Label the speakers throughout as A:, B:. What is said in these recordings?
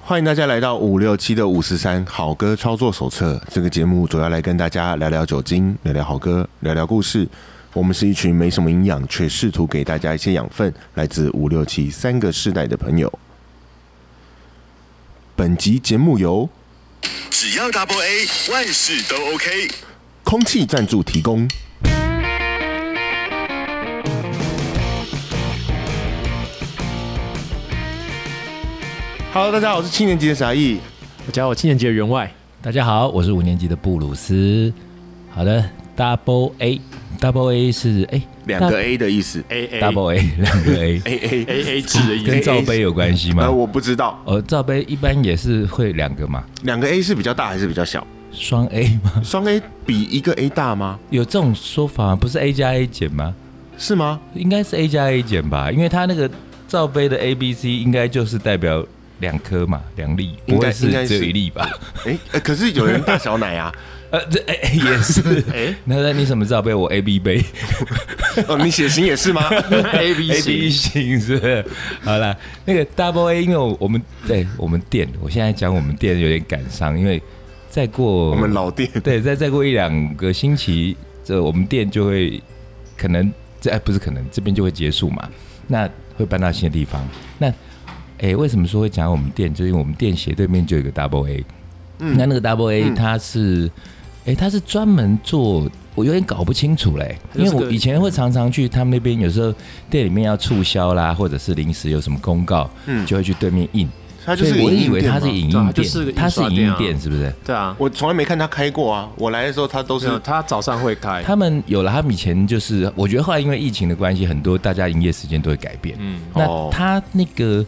A: 欢迎大家来到五六七的五十三好歌操作手册。这个节目主要来跟大家聊聊酒精，聊聊好歌，聊聊故事。我们是一群没什么营养，却试图给大家一些养分，来自五六七三个世代的朋友。本集节目由
B: 只要 Double A，万事都 OK。
A: 空气赞助提供。Hello，大家好，我是七年级的傻义。
C: 大家好，我七年级的员外，
D: 大家好，我是五年级的布鲁斯。好的，Double A，Double A 是哎
A: 两个 A 的意思。
C: A A
D: ，Double A 两个 A，
A: A A
C: A A 制 的意
D: 跟
C: 思。
D: 罩杯有关系
A: 呃，
D: 吗？
A: 我不知道，
D: 哦，罩杯一般也是会两个嘛，
A: 两个 A 是比较大还是比较小？
D: 双 A 吗？
A: 双 A 比一个 A 大吗？
D: 有这种说法吗不是 A 加 A 减吗？
A: 是吗？
D: 应该是 A 加 A 减吧，因为它那个罩杯的 A B C 应该就是代表两颗嘛，两粒，
A: 应
D: 不
A: 该
D: 会是
A: 应该是
D: 只有一粒吧？
A: 哎、呃可是有人大小奶啊！
D: 呃，这哎、哎也 是，哎，那那你什么罩杯？我 A B 杯。
A: 哦，你血型也是吗？
C: A B
D: A B
C: 型，
D: 型是不是？好啦，那个 Double A，因为我我们对我们店，我现在讲我们店有点感伤，因为再过
A: 我们老店
D: 对再再过一两个星期，这我们店就会可能这哎不是可能这边就会结束嘛，那会搬到新的地方。那哎、为什么说会讲我们店？就是因为我们店斜对面就有一个 Double A，、那
C: 嗯
D: 那个 Double A 它是哎、它是专门做。我有点搞不清楚嘞、
C: 它
D: 因
C: 就
D: 为
C: 是个
D: 我以前会常常去他们那边，有时候店里面要促销啦，或者是临时有什么公告，
A: 嗯
D: 就会去对面印。
A: 它就
D: 所
A: 是
D: 以我
A: 影
D: 以
A: 印
D: 为
A: 店
D: 它是
A: 嘛
D: 影
C: 对啊它
D: 印
C: 就是个
D: 店，
C: 印
D: 它是
C: 刷
D: 影
C: 店
D: 印
C: 啊
D: 店是不是？
C: 对啊，
A: 我从来没看它开过啊！我来的时候它都
C: 没有
A: 是啊
C: 他早上会开，
D: 他们有了，他们以前就是，我觉得后来因为疫情的关系，很多大家营业时间都会改变。
C: 嗯，
A: 哦
D: 那他那个，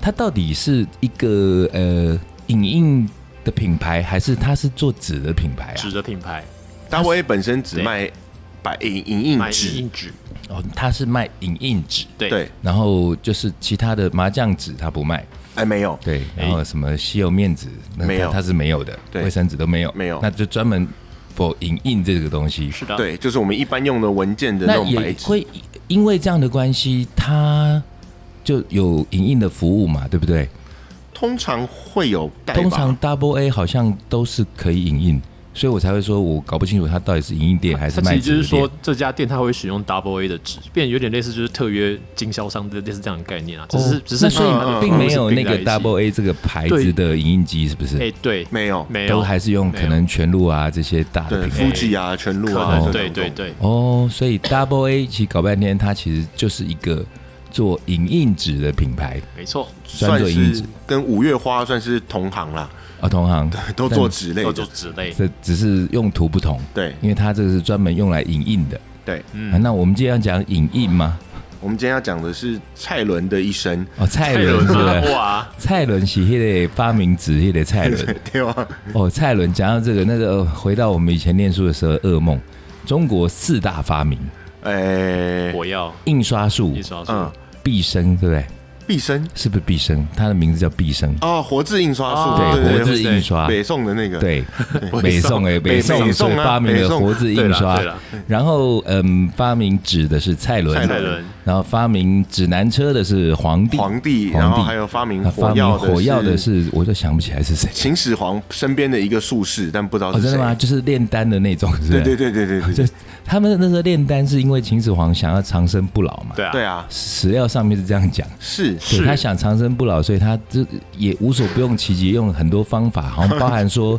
D: 他到底是一个呃影印的品牌，还是他是做纸的品牌啊
C: 纸？的品牌，
A: Double A 本身只卖白影影印
C: 买
A: 纸，
C: 硬纸，
D: 哦，他是卖影印纸，
C: 对
A: 对，
D: 然后就是其他的麻将纸他不卖，
A: 哎没有，
D: 对，然后什么稀有面纸那
A: 没有
D: 他是没有的，
A: 对
D: 卫生纸都没有，
A: 没有
D: 那就专门 for 影印这个东西。
C: 是的，，
A: 对，就是我们一般用的文件的那
D: 那
A: 种白
D: 也
A: 纸，
D: 会因为这样的关系，它就有影印的服务嘛，对不对？
A: 通常会有带吧
D: 通常 Double A 好像都是可以影印，所以我才会说我搞不清楚它到底是影印店还是
C: 他
D: 卖
C: 其实就
D: 纸
C: 是
D: 的店
C: 说。这家店他会使用 Double A 的纸，变得有点类似就是特约经销商的类似这样的概念啊，只是
D: 哦
C: 只是
D: 那所
C: 把它的
D: 以
C: 服务
D: 并
C: 是
D: 没有那
C: 并
D: 个
C: 在一起
D: Double A 这个牌子的影印机，是不
C: 哎
D: 是？
C: 对，
A: 没有，
C: 没有
D: 都还是用可能全路啊这些大的
A: 对，
D: 品
A: 夫
D: 牌。
A: g 啊、全路
C: 可
A: 啊，
C: 能
A: 这
C: 对
A: 种
C: 对，对，
D: 哦，所以 Double A 其实搞半天，它其实就是一个做影印纸的品牌，
C: 没错，
D: 专
A: 算
D: 做影印
A: 是
D: 纸
A: 跟五月花算是同行啦，
D: 啊，同行
A: 都做纸类
C: 叫做
A: 的，
C: 纸类，
D: 这只是用途不同。
A: 对
D: 因为它这个是专门用来影印的。
A: 对。
D: 啊那我们今天要讲影印吗？
A: 我们今天要讲的是蔡伦的一生，
D: 哦，蔡
C: 太轮
D: 伦是不
C: 啊，
D: 是？
C: 哇，
D: 蔡伦是那个发明纸，那个蔡伦。
A: 对吧？
D: 哦，蔡伦讲到这个，那个呃回到我们以前念书的时候，噩梦。中国四大发明：
A: 哎，
C: 我要
D: 印刷术
C: 印、刷术，
A: 嗯，
D: 毕生，对不对？
A: 毕生
D: 是不是毕生？它的名字叫毕生。
A: 哦，活字印刷术，
C: 哦
D: 对，
A: 对
D: 活字印刷。
A: 北宋的那个，，
D: 对，北宋哎，
A: 北
D: 北
A: 宋
D: 宋所以
A: 北宋啊
D: 发明
A: 北
D: 了
A: 宋
D: 活字
C: 对
D: 印
C: 了
D: 刷
C: 对。了，
D: 然后，嗯，发明纸的是蔡伦，
A: 蔡
C: 太轮
D: 然后发明指南车的是皇帝，
A: 皇帝，
D: 皇帝
A: 然后还有发明
C: 嗯
D: 那
A: 火
D: 发
A: 药
D: 明
A: 的
D: 火药的是，我就想不起来是谁。
A: 秦始皇身边的一个术士，但不知道
D: 哦，
A: 是
D: 真
A: 谁。
D: 的吗？就是炼丹的那种，是不
A: 对
D: 是？
A: 对对对对对
D: 就他们那时候炼丹是因为秦始皇想要长生不老嘛。
C: 对啊，
A: 对啊，
D: 史料上面是这样讲，
A: 是
D: 对他想长生不老，所以他这也无所不用其极，用很多方法，好像包 含说，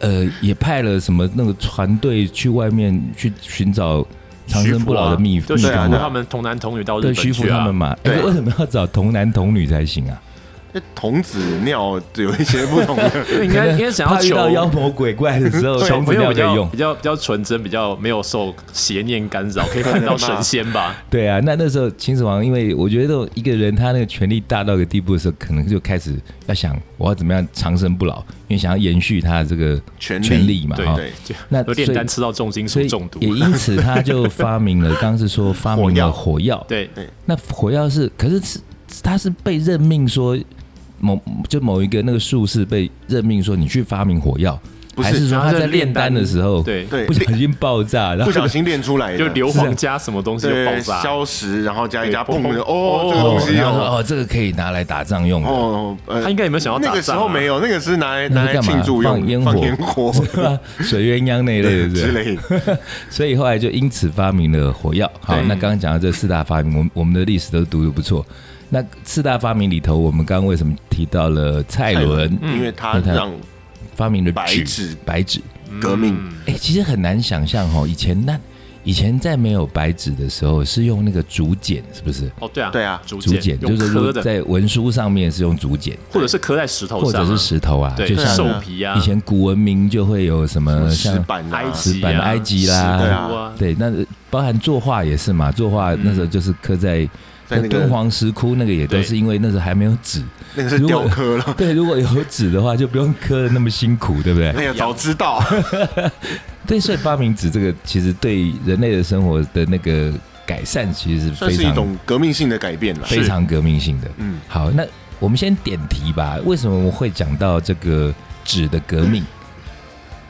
D: 呃，也派了什么那个船队去外面去寻找长生不老的秘
C: 就
D: 秘
C: 徐
A: 对啊
C: 福
A: 对啊
D: 方，
C: 他们童男童女到日
D: 对
C: 本
D: 徐福
C: 去
D: 他
C: 啊
D: 们，嘛。
A: 对
D: 哎为什么要找童男童女才行啊？
A: 那童子尿有一些不同 的，
D: 哦
C: 应该应该哎想要
D: 怕遇
C: 求
D: 到妖魔鬼怪的 时候，
C: 小
D: 童子
C: 朋友
D: 尿
C: 比
D: 可以
C: 较
D: 用
C: 比。较比较纯真，比较没有受邪念干扰，可以看到神仙 吧？
D: 对啊，那那时候秦始皇，因为我觉得一个人他那个权力大到一个地步的时候，可能就开始要想我要怎么样长生不老，因为想要延续他的这个
A: 权力
D: 权力嘛，
C: 对
D: 哈
A: 对，
C: 就
D: 那
C: 有
D: 所
C: 点
D: 以
C: 单吃到重金
D: 所
C: 属
D: 以
C: 中毒
D: 也。因此他就发明了，刚刚是说发明了火药，，
C: 对，
D: 那火药是可是是他是被任命说某就某一个那个术士被任命说你去发明火药，
A: 不
D: 还是
A: 是
D: 说
C: 然后
D: 他
C: 在
D: 在炼
C: 炼
D: 丹的
C: 丹
D: 时候，
C: 对
A: 对
D: 不小心爆炸，然
A: 不
D: 后
A: 小心练出来的，
C: 就硫
D: 啊
C: 磺加什么东西就爆
A: 啊对
C: 炸，
A: 消食，然后加一加，
C: 对
A: 砰
C: 砰！
A: 哦，这个
D: 哦
A: 东西
D: 然后说
A: 哦
D: 哦，这个可以拿来打仗用的，
A: 哦，呃
C: 他应该也没有想要打
A: 那
C: 仗啊
A: 个时候没有，那个是拿来
D: 那
A: 拿
D: 是
A: 来
D: 干嘛
A: 庆祝用
D: 放烟
A: 放
D: 火
A: 烟火
D: 水鸳鸯那一类的， 对
A: 之
D: 不对？
A: 类的。
D: 所以后来就因此发明了火药。好，
A: 对
D: 那刚刚讲到这四大发明，我们我们的历史都读的不错。那四大发明里头，我们刚刚为什么提到了蔡哎伦
A: 因为他
D: 嗯
A: 让
D: 发明了
A: 白
D: 纸
A: 纸
D: 白纸，
A: 革命
D: 哎、其实很难想象哦，以前那以前在没有白纸的时候，是用那个竹简，是不是？
C: 哦，对啊，
A: 对啊
C: 竹
D: 竹简
C: 简用
D: 就是如
C: 刻
D: 果
C: 的，
D: 在文书上面是用竹简，
C: 或者是刻在石头
D: 或
C: 上
D: 者
C: 啊，
D: 是石头啊，
C: 对
D: 就像
C: 兽
A: 啊
C: 皮啊，
D: 以前古文明就会有什么
A: 石
D: 嗯像
A: 板
C: 埃
A: 啊，
C: 及
D: 石板、
C: 啊
D: 埃及
A: 对
D: 啦，
A: 啊
C: 书啊，
D: 对，那包含作画也是嘛，作画那时候就是刻在。
A: 在那个
D: 敦煌石窟那个也都
C: 对
D: 是因为那时候还没有 纸，
A: 那个是雕刻了，
D: 对，如果有纸的话就不用刻的那么辛苦，对不对？
A: 哎呀，早知道
D: 对，所以发明纸这个其实对人类的生活的那个改善，其实是
A: 算
D: 非
A: 是一
D: 常
A: 种革命性的改变了。
D: 非常革命性的。
A: 嗯，
D: 好，那我们先点题吧。为什么我们会讲到这个纸的革命？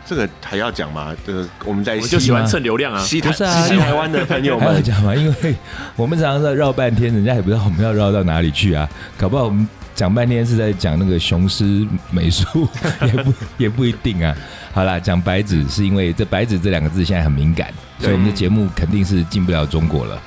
A: 这个还要讲吗？这个我们在
C: 我就喜欢蹭流量啊，
A: 西台
D: 不是啊
A: 西台湾的朋友
D: 还要
A: 们，
D: 讲吗？因为我们常常在绕半天，人家也不知道我们要绕到哪里去啊。搞不好我们讲半天是在讲那个雄狮美术，也不也不一定啊。好啦，讲白纸是因为这“白纸”这两个字现在很敏感，所以我们的节目肯定是进不了中国了。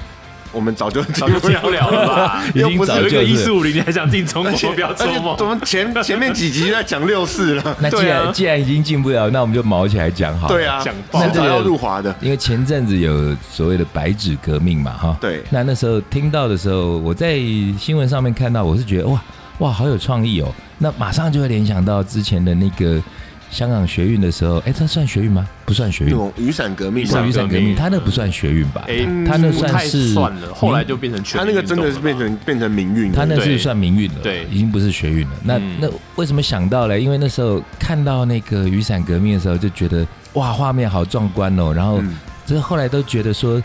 A: 我们早就
C: 早就进不了了吧？
D: 已
A: 又
D: 经
A: 不是
D: 早
C: 有一
D: 就
C: 个
D: 是
C: 一四五零，你还想进中
A: 而且
C: 国？不要做
A: 而
C: 梦
A: 且我。们前前面几集在讲六四了，
D: 那既然、
C: 对啊
D: 既然已经进不了，那我们就毛起来讲好了。
A: 对啊，
C: 讲
A: 迟
C: 爆
D: 那这
A: 早
D: 个
A: 要入华的，
D: 因为前阵子有所谓的白纸革命嘛，哈，
A: 对
D: 那那时候听到的时候，我在新闻上面看到，我是觉得哇哇好有创意哦，那马上就会联想到之前的那个香港学运的时候，哎，它算学运吗？不算学
A: 那
D: 运，
A: 种雨伞革命
C: 雨
A: 嘛，
D: 雨伞革
C: 革
D: 命，
C: 命
D: 它那不算学运吧？
C: 哎
D: 它它那
C: 不太
D: 是
C: 算了，后来就变成全
A: 他那
C: 民
A: 个
C: 运动
A: 真
C: 啊了吧
A: 的是变成变成民运了，
D: 他那是
C: 对
D: 算民运了，
C: 对
D: 已经不是学运了。那、
C: 嗯
D: 那为什么想到嘞？因为那时候看到那个雨伞革命的时候，就觉得哇，画面好壮观哦。然后
A: 嗯
D: 这后来都觉得说，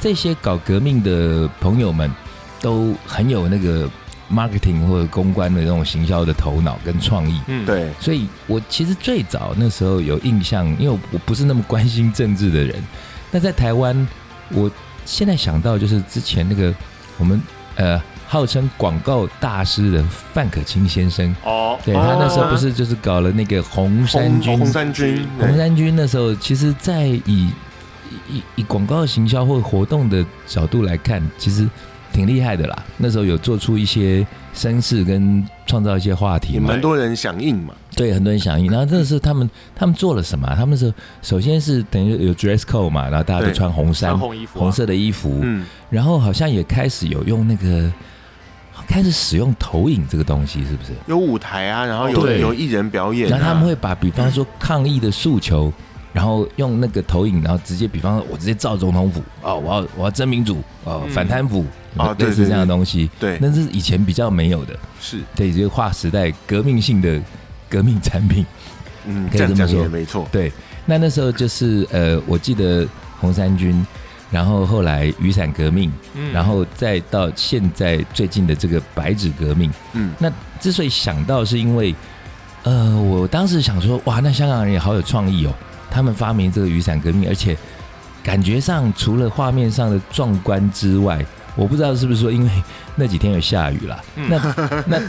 D: 这些搞革命的朋友们都很有那个 marketing 或者公关的那种行销的头脑跟创意。
C: 嗯，
A: 对，
D: 所以我其实最早那时候有印象，因为我不是那么关心政治的人。那在台湾，我现在想到就是之前那个我们呃号称广告大师的范可清先生，
C: 哦，
D: 对他那时候不是就是搞了那个红
A: 红
D: 衫军
A: 红三军，对
D: 红衫军那时候，其实，在以以以广告行销或活动的角度来看，其实挺厉害的啦。那时候有做出一些声势跟创造一些话题
A: 也
D: 嘛，
A: 蛮多人响应嘛，
D: 对，很多人响应。
A: 嗯
D: 然后这是他们他们做了什么啊、他们是首先是等于有 dress code 嘛，然后大家都
A: 对
D: 穿红衫、
C: 穿红衣服啊，
D: 红色的衣服，
A: 嗯，
D: 然后好像也开始有用那个开始使用投影这个东西，是不是？
A: 有舞台啊，然后有
C: 对
A: 有艺人表演啊，
D: 然后他们会把比方说抗议的诉求，然后用那个投影，然后直接比方说我直接照总统府哦，我要我要真民主哦，
C: 嗯
D: 反贪腐
A: 啊对
D: 类似
A: 对
D: 这样的
A: 对
D: 东西，
A: 对
D: 那是以前比较没有的，
A: 是，
D: 对，就是划时代革命性的革命产品。
A: 嗯，
D: 可以
A: 这样
D: 这么
A: 讲
D: 说
A: 也没错，
D: 对，那那时候就是呃，我记得红三军，然后后来雨伞革命，
C: 嗯
D: 然后再到现在最近的这个白纸革命。
A: 嗯，
D: 那之所以想到，是因为呃，我当时想说，哇，那香港人也好有创意哦，他们发明这个雨伞革命，而且感觉上除了画面上的壮观之外，我不知道是不是说因为那几天有下雨啦，
C: 嗯
D: 那那。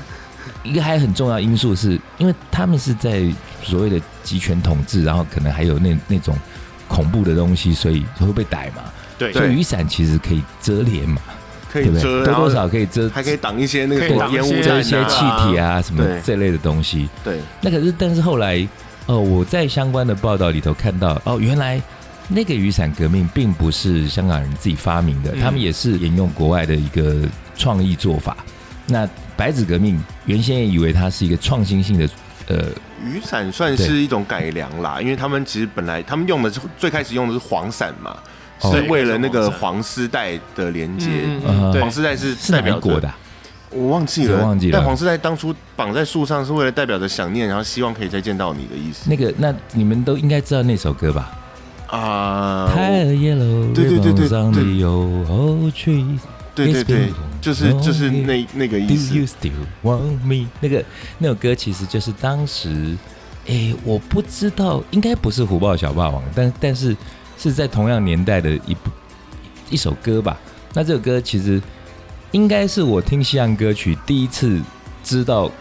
D: 一个还很重要因素是，因为他们是在所谓的集权统治，然后可能还有那那种恐怖的东西，所以会被逮嘛。
C: 对嗯
D: 所以雨伞其实可以遮脸嘛，
A: 可
D: 对
A: 以
D: 不
A: 遮，
D: 对？
A: 然
D: 多
A: 后
D: 多少可以遮
A: 还可以挡一些那个
C: 可以挡一
A: 烟雾
C: 些
A: 弹
D: 遮
A: 啊
D: 一些气体啊什么
A: 对
D: 这类的东西。
A: 对，
D: 那可是，但是后来，哦，我在相关的报道里头看到，哦，原来那个雨伞革命并不是香港人自己发明的，
C: 嗯
D: 他们也是沿用国外的一个创意做法。那白纸革命原先也以为它是一个创新性的，呃，
A: 雨伞算是一种改良啦，因为他们其实本来他们用的是最开始用的是黄伞嘛，
D: 哦
A: 是为了那个
C: 对
A: 黄丝带的连接。
C: 嗯嗯
D: 呃
C: 嗯对
A: 黄丝带是
D: 是
A: 代
D: 哪一
A: 表
D: 国
A: 着
D: 的啊、
A: 我忘记了，
D: 我忘记了
A: 但黄丝带当初绑在树上是为了代表着想念，然后希望可以再见到你的意思
D: 那个，那你们都应该知道那首歌吧？
A: 啊。
D: 太
A: 我
D: yellow，
A: 对对对对
D: ribbons on the old tree。
A: 对对对
D: It's been，
A: 就是就是
D: lonely
A: 那那个
D: Do
A: 意思
D: you。still want me？那个那首歌其实就是当时诶，我不知道，应该不是《虎豹小霸王》，但但是是在同样年代的一部一首歌吧。那这首歌其实应该是我听西洋歌曲第一次知道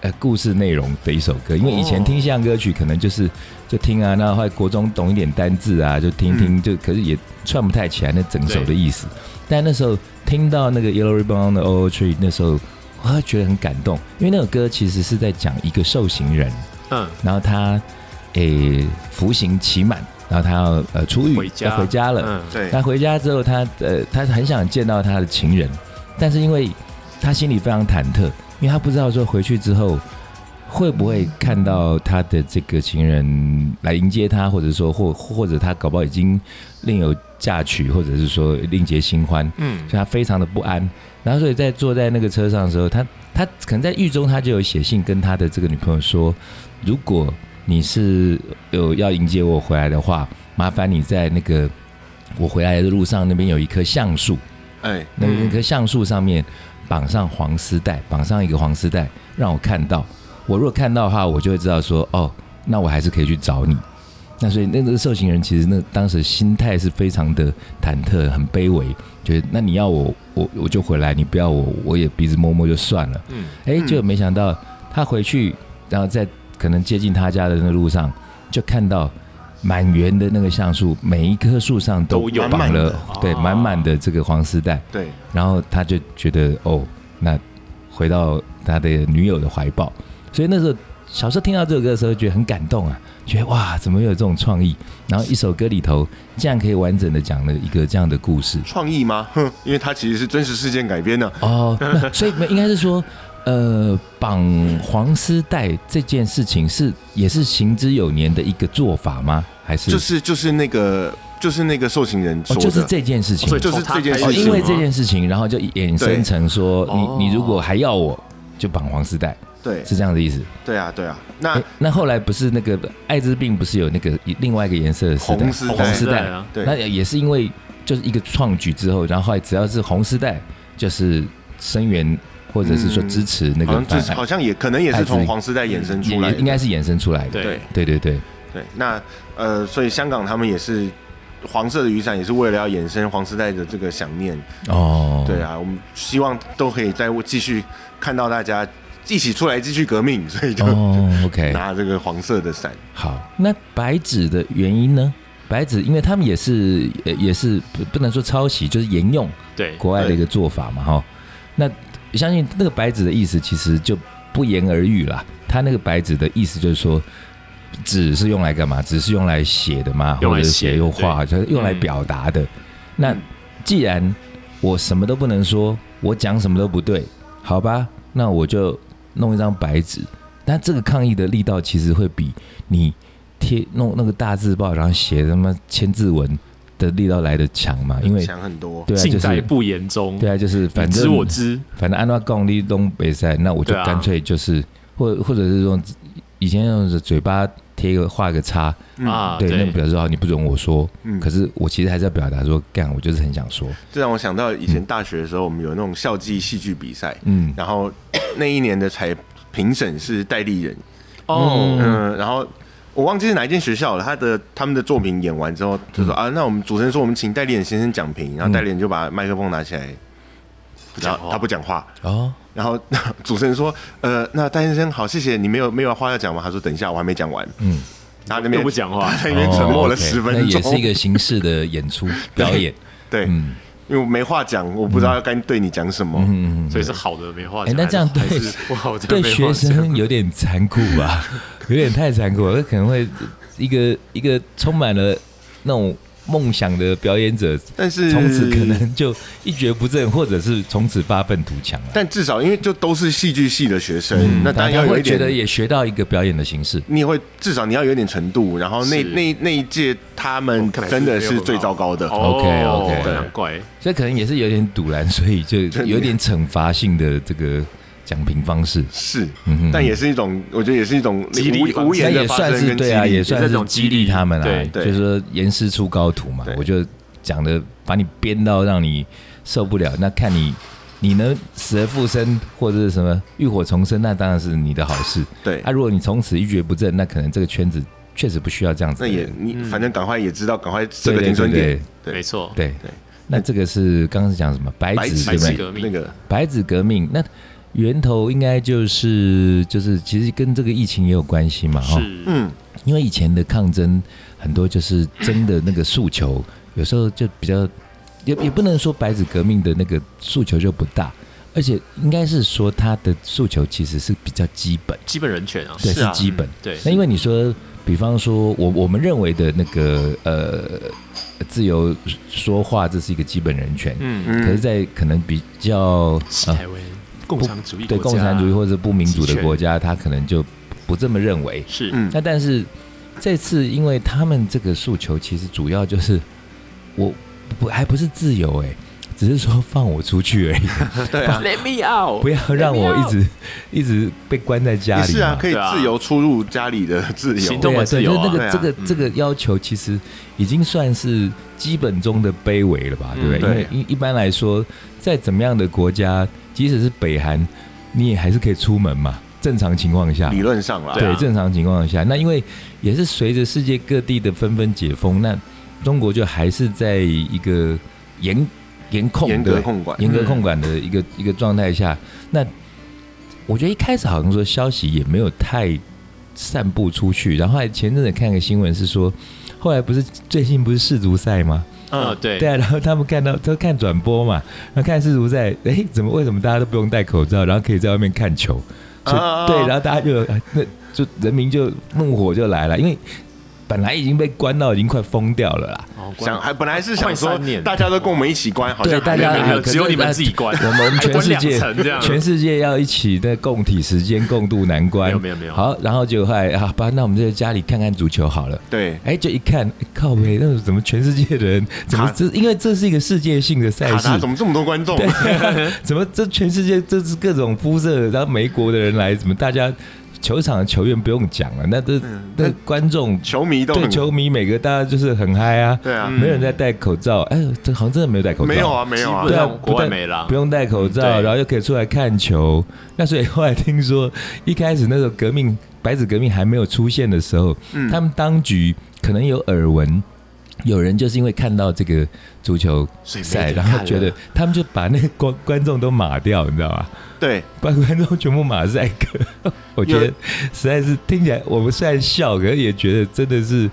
D: 呃故事内容的一首歌，因为以前
C: 哦
D: 听西洋歌曲可能就是就听啊，那后来国中懂一点单字啊，就听听，
A: 嗯
D: 就可是也串不太起来那整首的意思。但那时候听到那个 Yellow Ribbon on the Old Tree，那时候我还觉得很感动，因为那首歌其实是在讲一个受刑人，
C: 嗯，
D: 然后他诶、服刑期满，然后他要呃出狱
C: 回家
D: 要回家了。
C: 嗯，
A: 对
D: 那回家之后他，呃，他很想见到他的情人，但是因为他心里非常忐忑，因为他不知道说回去之后会不会看到他的这个情人来迎接他，或者说 或或者他搞不好已经另有嫁娶，或者是说另结新欢，
C: 嗯
D: 所以他非常的不安。然后所以在坐在那个车上的时候，他他可能在狱中他就有写信跟他的这个女朋友说，如果你是有要迎接我回来的话，麻烦你在那个我回来的路上那边有一棵橡树，
A: 哎，
D: 那
C: 嗯
D: 那棵橡树上面绑上黄丝带，绑上一个黄丝带，让我看到。我如果看到的话，我就会知道说，哦，那我还是可以去找你。那所以那个受刑人其实那当时心态是非常的忐忑，很卑微，觉得那你要我我我就回来，你不要我我也鼻子摸摸就算了。
C: 嗯，
D: 哎、就没想到他回去，然后在可能接近他家的那路上，就看到满园的那个橡树，每一棵树上都
C: 都有
D: 绑
A: 满满
D: 了，
A: 的
D: 对，
C: 哦
D: 满满的这个黄丝带。
A: 对，
D: 然后他就觉得哦，那回到他的女友的怀抱，所以那时候小时候听到这首歌的时候，觉得很感动啊，觉得哇，怎么有这种创意？然后一首歌里头竟然可以完整的讲了一个这样的故事
A: 创意吗？ 哼，因为它其实是真实事件改编的，
D: 哦，那所以应该是说。呃，绑黄丝带这件事情是也是行之有年的一个做法吗？还是
A: 就是就是那个就是那个受刑人
D: 哦
A: 说，的，
D: 就是这件事情？
C: 所以
A: 就是这件事情
C: 从他
D: 哦，
C: 开始
D: 因为这
C: 吗
D: 件事情，然后就衍生成说，
C: 哦
D: 你你如果还要我，就绑黄丝带，
A: 对
D: 是这样的意思。
A: 对啊对啊，那
D: 诶那后来不是那个艾滋病不是有那个另外一个颜色的丝带
A: 红丝带
D: 红丝
C: 红丝带
D: 带
C: 啊，
A: 对
D: 那也是因为就是一个创举之后，然后后来只要是红丝带，就是声援或者是说
A: 嗯
D: 支持那
A: 好像
D: 个
A: 就
D: 哎反
A: 是好
D: 艾，
A: 像也可能也是从黄丝带衍生
D: 嗯也
A: 出来
D: 也
A: 的，
D: 应该是衍生出来的。
C: 对
A: 对
D: 对对对，
A: 对。那呃，所以香港他们也是黄色的雨伞，也是为了要衍生黄丝带的这个想念。
D: 哦，
A: 对啊，我们希望都可以再继续看到大家一起出来继续革命， 所以就
D: 哦，OK，
A: 拿这个黄色的伞。
D: 好，那白纸的原因呢？白纸，因为他们也是呃也是不不能说抄袭，就是沿用
C: 对，
D: 国外的一个做法嘛，哈。那相信那个白纸的意思其实就不言而喻啦。他那个白纸的意思就是说，纸是用来干嘛？纸是用来写的嘛，
C: 用
D: 或
C: 来
D: 者
C: 写
D: 写又画，就是用来表达的。那既然我什么都不能说，我讲什么都不对，好吧？那我就弄一张白纸。但这个抗议的力道其实会比你贴弄那个大字报，然后写什么千字文的力道来的强嘛，因为
A: 想很多，
D: 对啊，
C: 尽
D: 就
C: 在
D: 是
C: 不言中，
D: 对啊，就是反
C: 你知
D: 正
C: 我知，
D: 反正按照共立东北赛，那我就
C: 对啊
D: 干脆就是，或或者是用以前用嘴巴贴一个画个叉，
A: 嗯
C: 啊，
D: 对，那表示好你不准我说，
A: 嗯
D: 可是我其实还是要表达说，干，我就是很想说，
A: 这让我想到以前大学的时候，我们有那种校际戏剧比赛，
D: 嗯，
A: 然后那一年的裁评审是戴立人，
C: 哦，
A: 嗯，然后我忘记是哪一间学校了。他的他们的作品演完之后，就
D: 嗯
A: 说、啊，那我们主持人说我们请戴立人先生讲评，然后戴立人就把麦克风拿起来，然
C: 讲话
A: 后他不讲话，
D: 哦，
A: 然后 主持人说，呃，那戴先生好，谢谢你没有没有话要讲吗？他说等一下我还没讲完，
D: 嗯，
A: 然后那
C: 又
A: 边
C: 不 讲话
A: 在那边沉默了
D: 哦，OK，
A: 十分
D: 那
A: 钟，
D: 也是一个形式的演出表演，
A: 对，
D: 嗯
A: 因为我没话讲，我不知道要该对你讲什么，
D: 嗯，嗯
C: 哦所以是好的没话
D: 哎
C: 讲，
D: 那这样
C: 还是
D: 对
C: 还是不好的
D: 对
C: 没话
D: 学
C: 讲
D: 生有点残酷吧， 有点太残酷了，可能会一个一个充满了那种梦想的表演者，
A: 但是
D: 从此可。能就一蹶不振，或者是从此发愤图强了。
A: 但至少，因为就都是戏剧系的学生，嗯那当
D: 嗯大
A: 然
D: 家
A: 要有
D: 会
A: 一
D: 觉
A: 点
D: 得也学到一个表演的形式。
A: 你也会至少你要有点程度，然后那
C: 是哦
A: 那那一届他们
C: 看来
A: 真的
C: 没
A: 是
C: 有很
A: 最
C: 好
A: 糟糕的，
C: 哦
D: OK，OK
C: 难怪
D: 所以可能也是有点堵然，所以就有点惩罚性的这个奖评方式，
A: 是
D: 嗯哼，
A: 但也是一种，我觉得也是一种
C: 激励
A: 无
C: 方式
A: 无
D: 那
A: 言的
D: 也
A: 发
D: 算
A: 生
D: 是
A: 跟激
D: 对啊，也
A: 励。
D: 算
C: 这
D: 是
C: 种
D: 激
C: 激
D: 励
C: 励
D: 他们啊
C: 对，
A: 对
D: 就是说严师出高徒嘛
A: 对。
D: 我就讲的把你编到让你受不了，那看你你能死而复生或者是什么浴火重生，那当然是你的好事。
A: 对
D: 啊，，如果你从此一蹶不振，那可能这个圈子确实不需要这样子
A: 那
D: 的人。
A: 也
C: 嗯
A: 你反正赶快也知道，赶快这
D: 对
A: 个
D: 对
A: 停损
D: 对
A: 点，对
C: 没错，
D: 哦对
A: 对
D: 那这个是刚刚是讲什么白
A: 白
D: 纸
A: 纸
D: 对不对？
C: 革命
A: 那个
D: 白纸革命，那源头应该就是就是其实跟这个疫情也有关系嘛，哈。
C: 是，
A: 嗯，
D: 因为以前的抗争很多就是真的那个诉求，有时候就比较也也不能说白纸革命的那个诉求就不大，而且应该是说他的诉求其实是比较基本，
C: 基本人权啊，
D: 对，
C: 啊，
D: 基本。
C: 对，
D: 那因为你说，比方说我我们认为的那个呃自由说话，这是一个基本人权，
C: 嗯，
A: 嗯
D: 可是，在可能比较
C: 是
D: 呃
C: 台湾共产主义
D: 对
C: 国
D: 共
C: 家
D: 产主义或者不民主
C: 集
D: 的
C: 权
D: 国家，他可能就不这么认为。
C: 是，
A: 嗯
D: 那但是这次，因为他们这个诉求其实主要就是我不还不是自由哎、只是说放我出去而已，
C: 哦
A: 对啊，
C: Let me out，
D: 不要让我
C: 哎
D: 一直一直被关在家
A: 也
D: 里嘛。
A: 是啊，可以
C: 对啊
A: 自由出入家里的自由
C: 行，动
D: 对啊，
C: 自
D: 对，就
C: 由
D: 是
C: 啊
D: 那
A: 对
D: 个
A: 啊
D: 这个
C: 嗯
D: 这个要求，其实已经算是基本中的卑微了吧，
C: 嗯
D: 对不对？因为
A: 对
D: 一一般来说，在怎么样的国家，即使是北韩，你也还是可以出门嘛，正常情况下嘛。
A: 理论上啦，
C: 对啊
D: 对，正常情况下，那因为也是随着世界各地的纷纷解封，那中国就还是在一个严严控、
A: 严
D: 对
A: 格控管，
D: 严格控管的一个、一个状态下，那我觉得一开始好像说消息也没有太散布出去，然后后来前阵子看个新闻是说，后来不是最近不是世足赛吗？
C: 嗯，对，
D: 对啊，然后他们看到都看转播嘛，然后看世足赛，哎，怎么为什么大家都不用戴口罩，然后可以在外面看球？所以
A: 啊
D: 对，然后大家就那就人民就怒火就来了，因为本来已经被关到已经快疯掉了啦。
C: 哦关
A: 想还本来是想说
C: 快三年
A: 大家都跟我们一起关，好
D: 对，
A: 像
D: 大
C: 没
D: 家啊
C: 有没有
D: 可是呃
C: 只有你们自己关
D: 我们我们
C: 还
D: 全
C: 关
D: 世
C: 两
D: 界
C: 层这样
D: 全世界要一起的共体时间共度难关。
C: 没有没有没有
D: 好，然后就后来啊，不然那我们就在家里看看足球好了。
A: 对
D: 哎，就一看，哎靠北，那怎么全世界的人怎么
A: 卡
D: 这？因为这是一个世界性的赛
A: 卡
D: 事
A: 达，怎么这么多观众？
D: 怎么这全世界这是各种肤色，然后美国的人来，怎么大家球场的球员不用讲了，那这
C: 嗯
D: 那观众
A: 球迷都
D: 对
A: 很
D: 球迷每个大家就是很嗨啊，
A: 对啊
D: 没有人在戴口罩，哎，这好像真的没有戴口罩，
A: 没有啊，没有啊
C: 基，
D: 对啊，
C: 不像国外
D: 戴
C: 没啦
D: 不用戴口罩，
C: 嗯对
D: 然后又可以出来看球。那所以后来听说，一开始那时候革命白纸革命还没有出现的时候，
A: 嗯
D: 他们当局可能有耳闻。有人就是因为看到这个足球
C: 所以
D: 赛，
C: 没得
D: 然
C: 看了
D: 后觉得他们就把那个观观众都码掉，你知道吧？
A: 对，
D: 把 观众全部马赛克， 我觉得实在是听起来，我们虽然笑，可是也觉得真的是，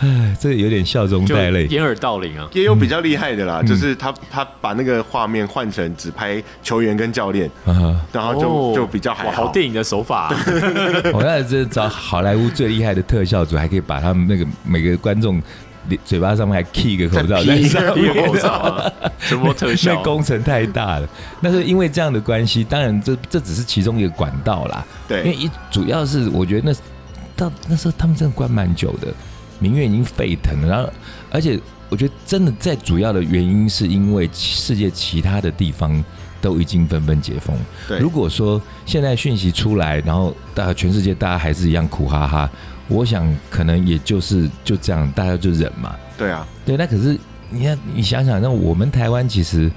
D: 唉，这有点笑中
C: 就
D: 带泪。
C: 掩耳盗铃啊，
A: 也有比较厉害的啦，
D: 嗯
A: 就是他他把那个画面换成只拍球员跟教练，
D: 啊，
A: 然后就、
C: 哦
A: 就比较还
C: 哇
A: 好。
C: 好电影的手法啊，
D: 我那这找好莱坞最厉害的特效组，还可以把他们那个每个观众脸嘴巴上面还 key 一个口 罩
A: key
D: 在
A: 一个
D: 上
C: 一个
D: 面
C: 口。罩啊，什么特
D: 那
C: 效，
D: 工程太大了，但是因为这样的关系，当然这这只是其中一个管道啦。因为
C: 哎
A: 对，
D: 一主要是我觉得那到那时候他们真的关蛮久的，民怨已经沸腾了。然后，而且我觉得真的在主要的原因是因为世界其他的地方都已经纷纷解封。
A: 对
D: 如果说现在讯息出来，然后大家全世界大家还是一样苦哈哈，我想可能也就是就这样，大家就忍嘛。
A: 对啊，
D: 对，那可是你看，你想想，那我们台湾其实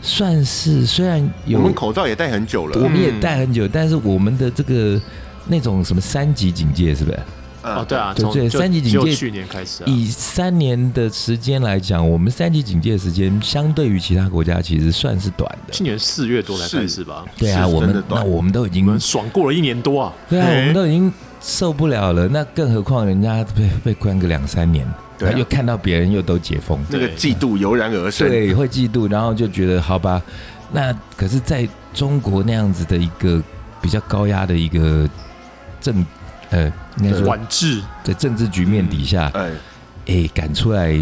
D: 算是虽然有
A: 我们口罩也戴很久
D: 我
A: 了。
D: 们也戴很久，但是我们的这个那种什么三级警戒，是不是？
A: 嗯
C: 哦，对啊，
D: 对
C: 从
D: 对
C: 就
D: 三级警
C: 只有
D: 戒
C: 去年开始啊，
D: 以三年的时间来讲，我们三级警戒的时间相对于其他国家其实算是短的。
C: 去年四月多才
A: 是
C: 开始吧，
D: 对啊，
A: 是
D: 我
A: 真的
D: 们那
A: 短
D: 我们都已经
C: 我们爽过了一年多啊，
D: 对啊，
A: 嘿
D: 我们都已经受不了了，那更何况人家被被关个两三年，
A: 对啊
D: 然后又看到别人又都解封，
A: 那个
C: 对
A: 嫉妒油然而生。
D: 对，会嫉妒，然后就觉得好吧，那可是在中国那样子的一个比较高压的一个政呃，应该说
C: 管制
D: 在政治局面底下，
A: 嗯，
D: 哎、赶出来。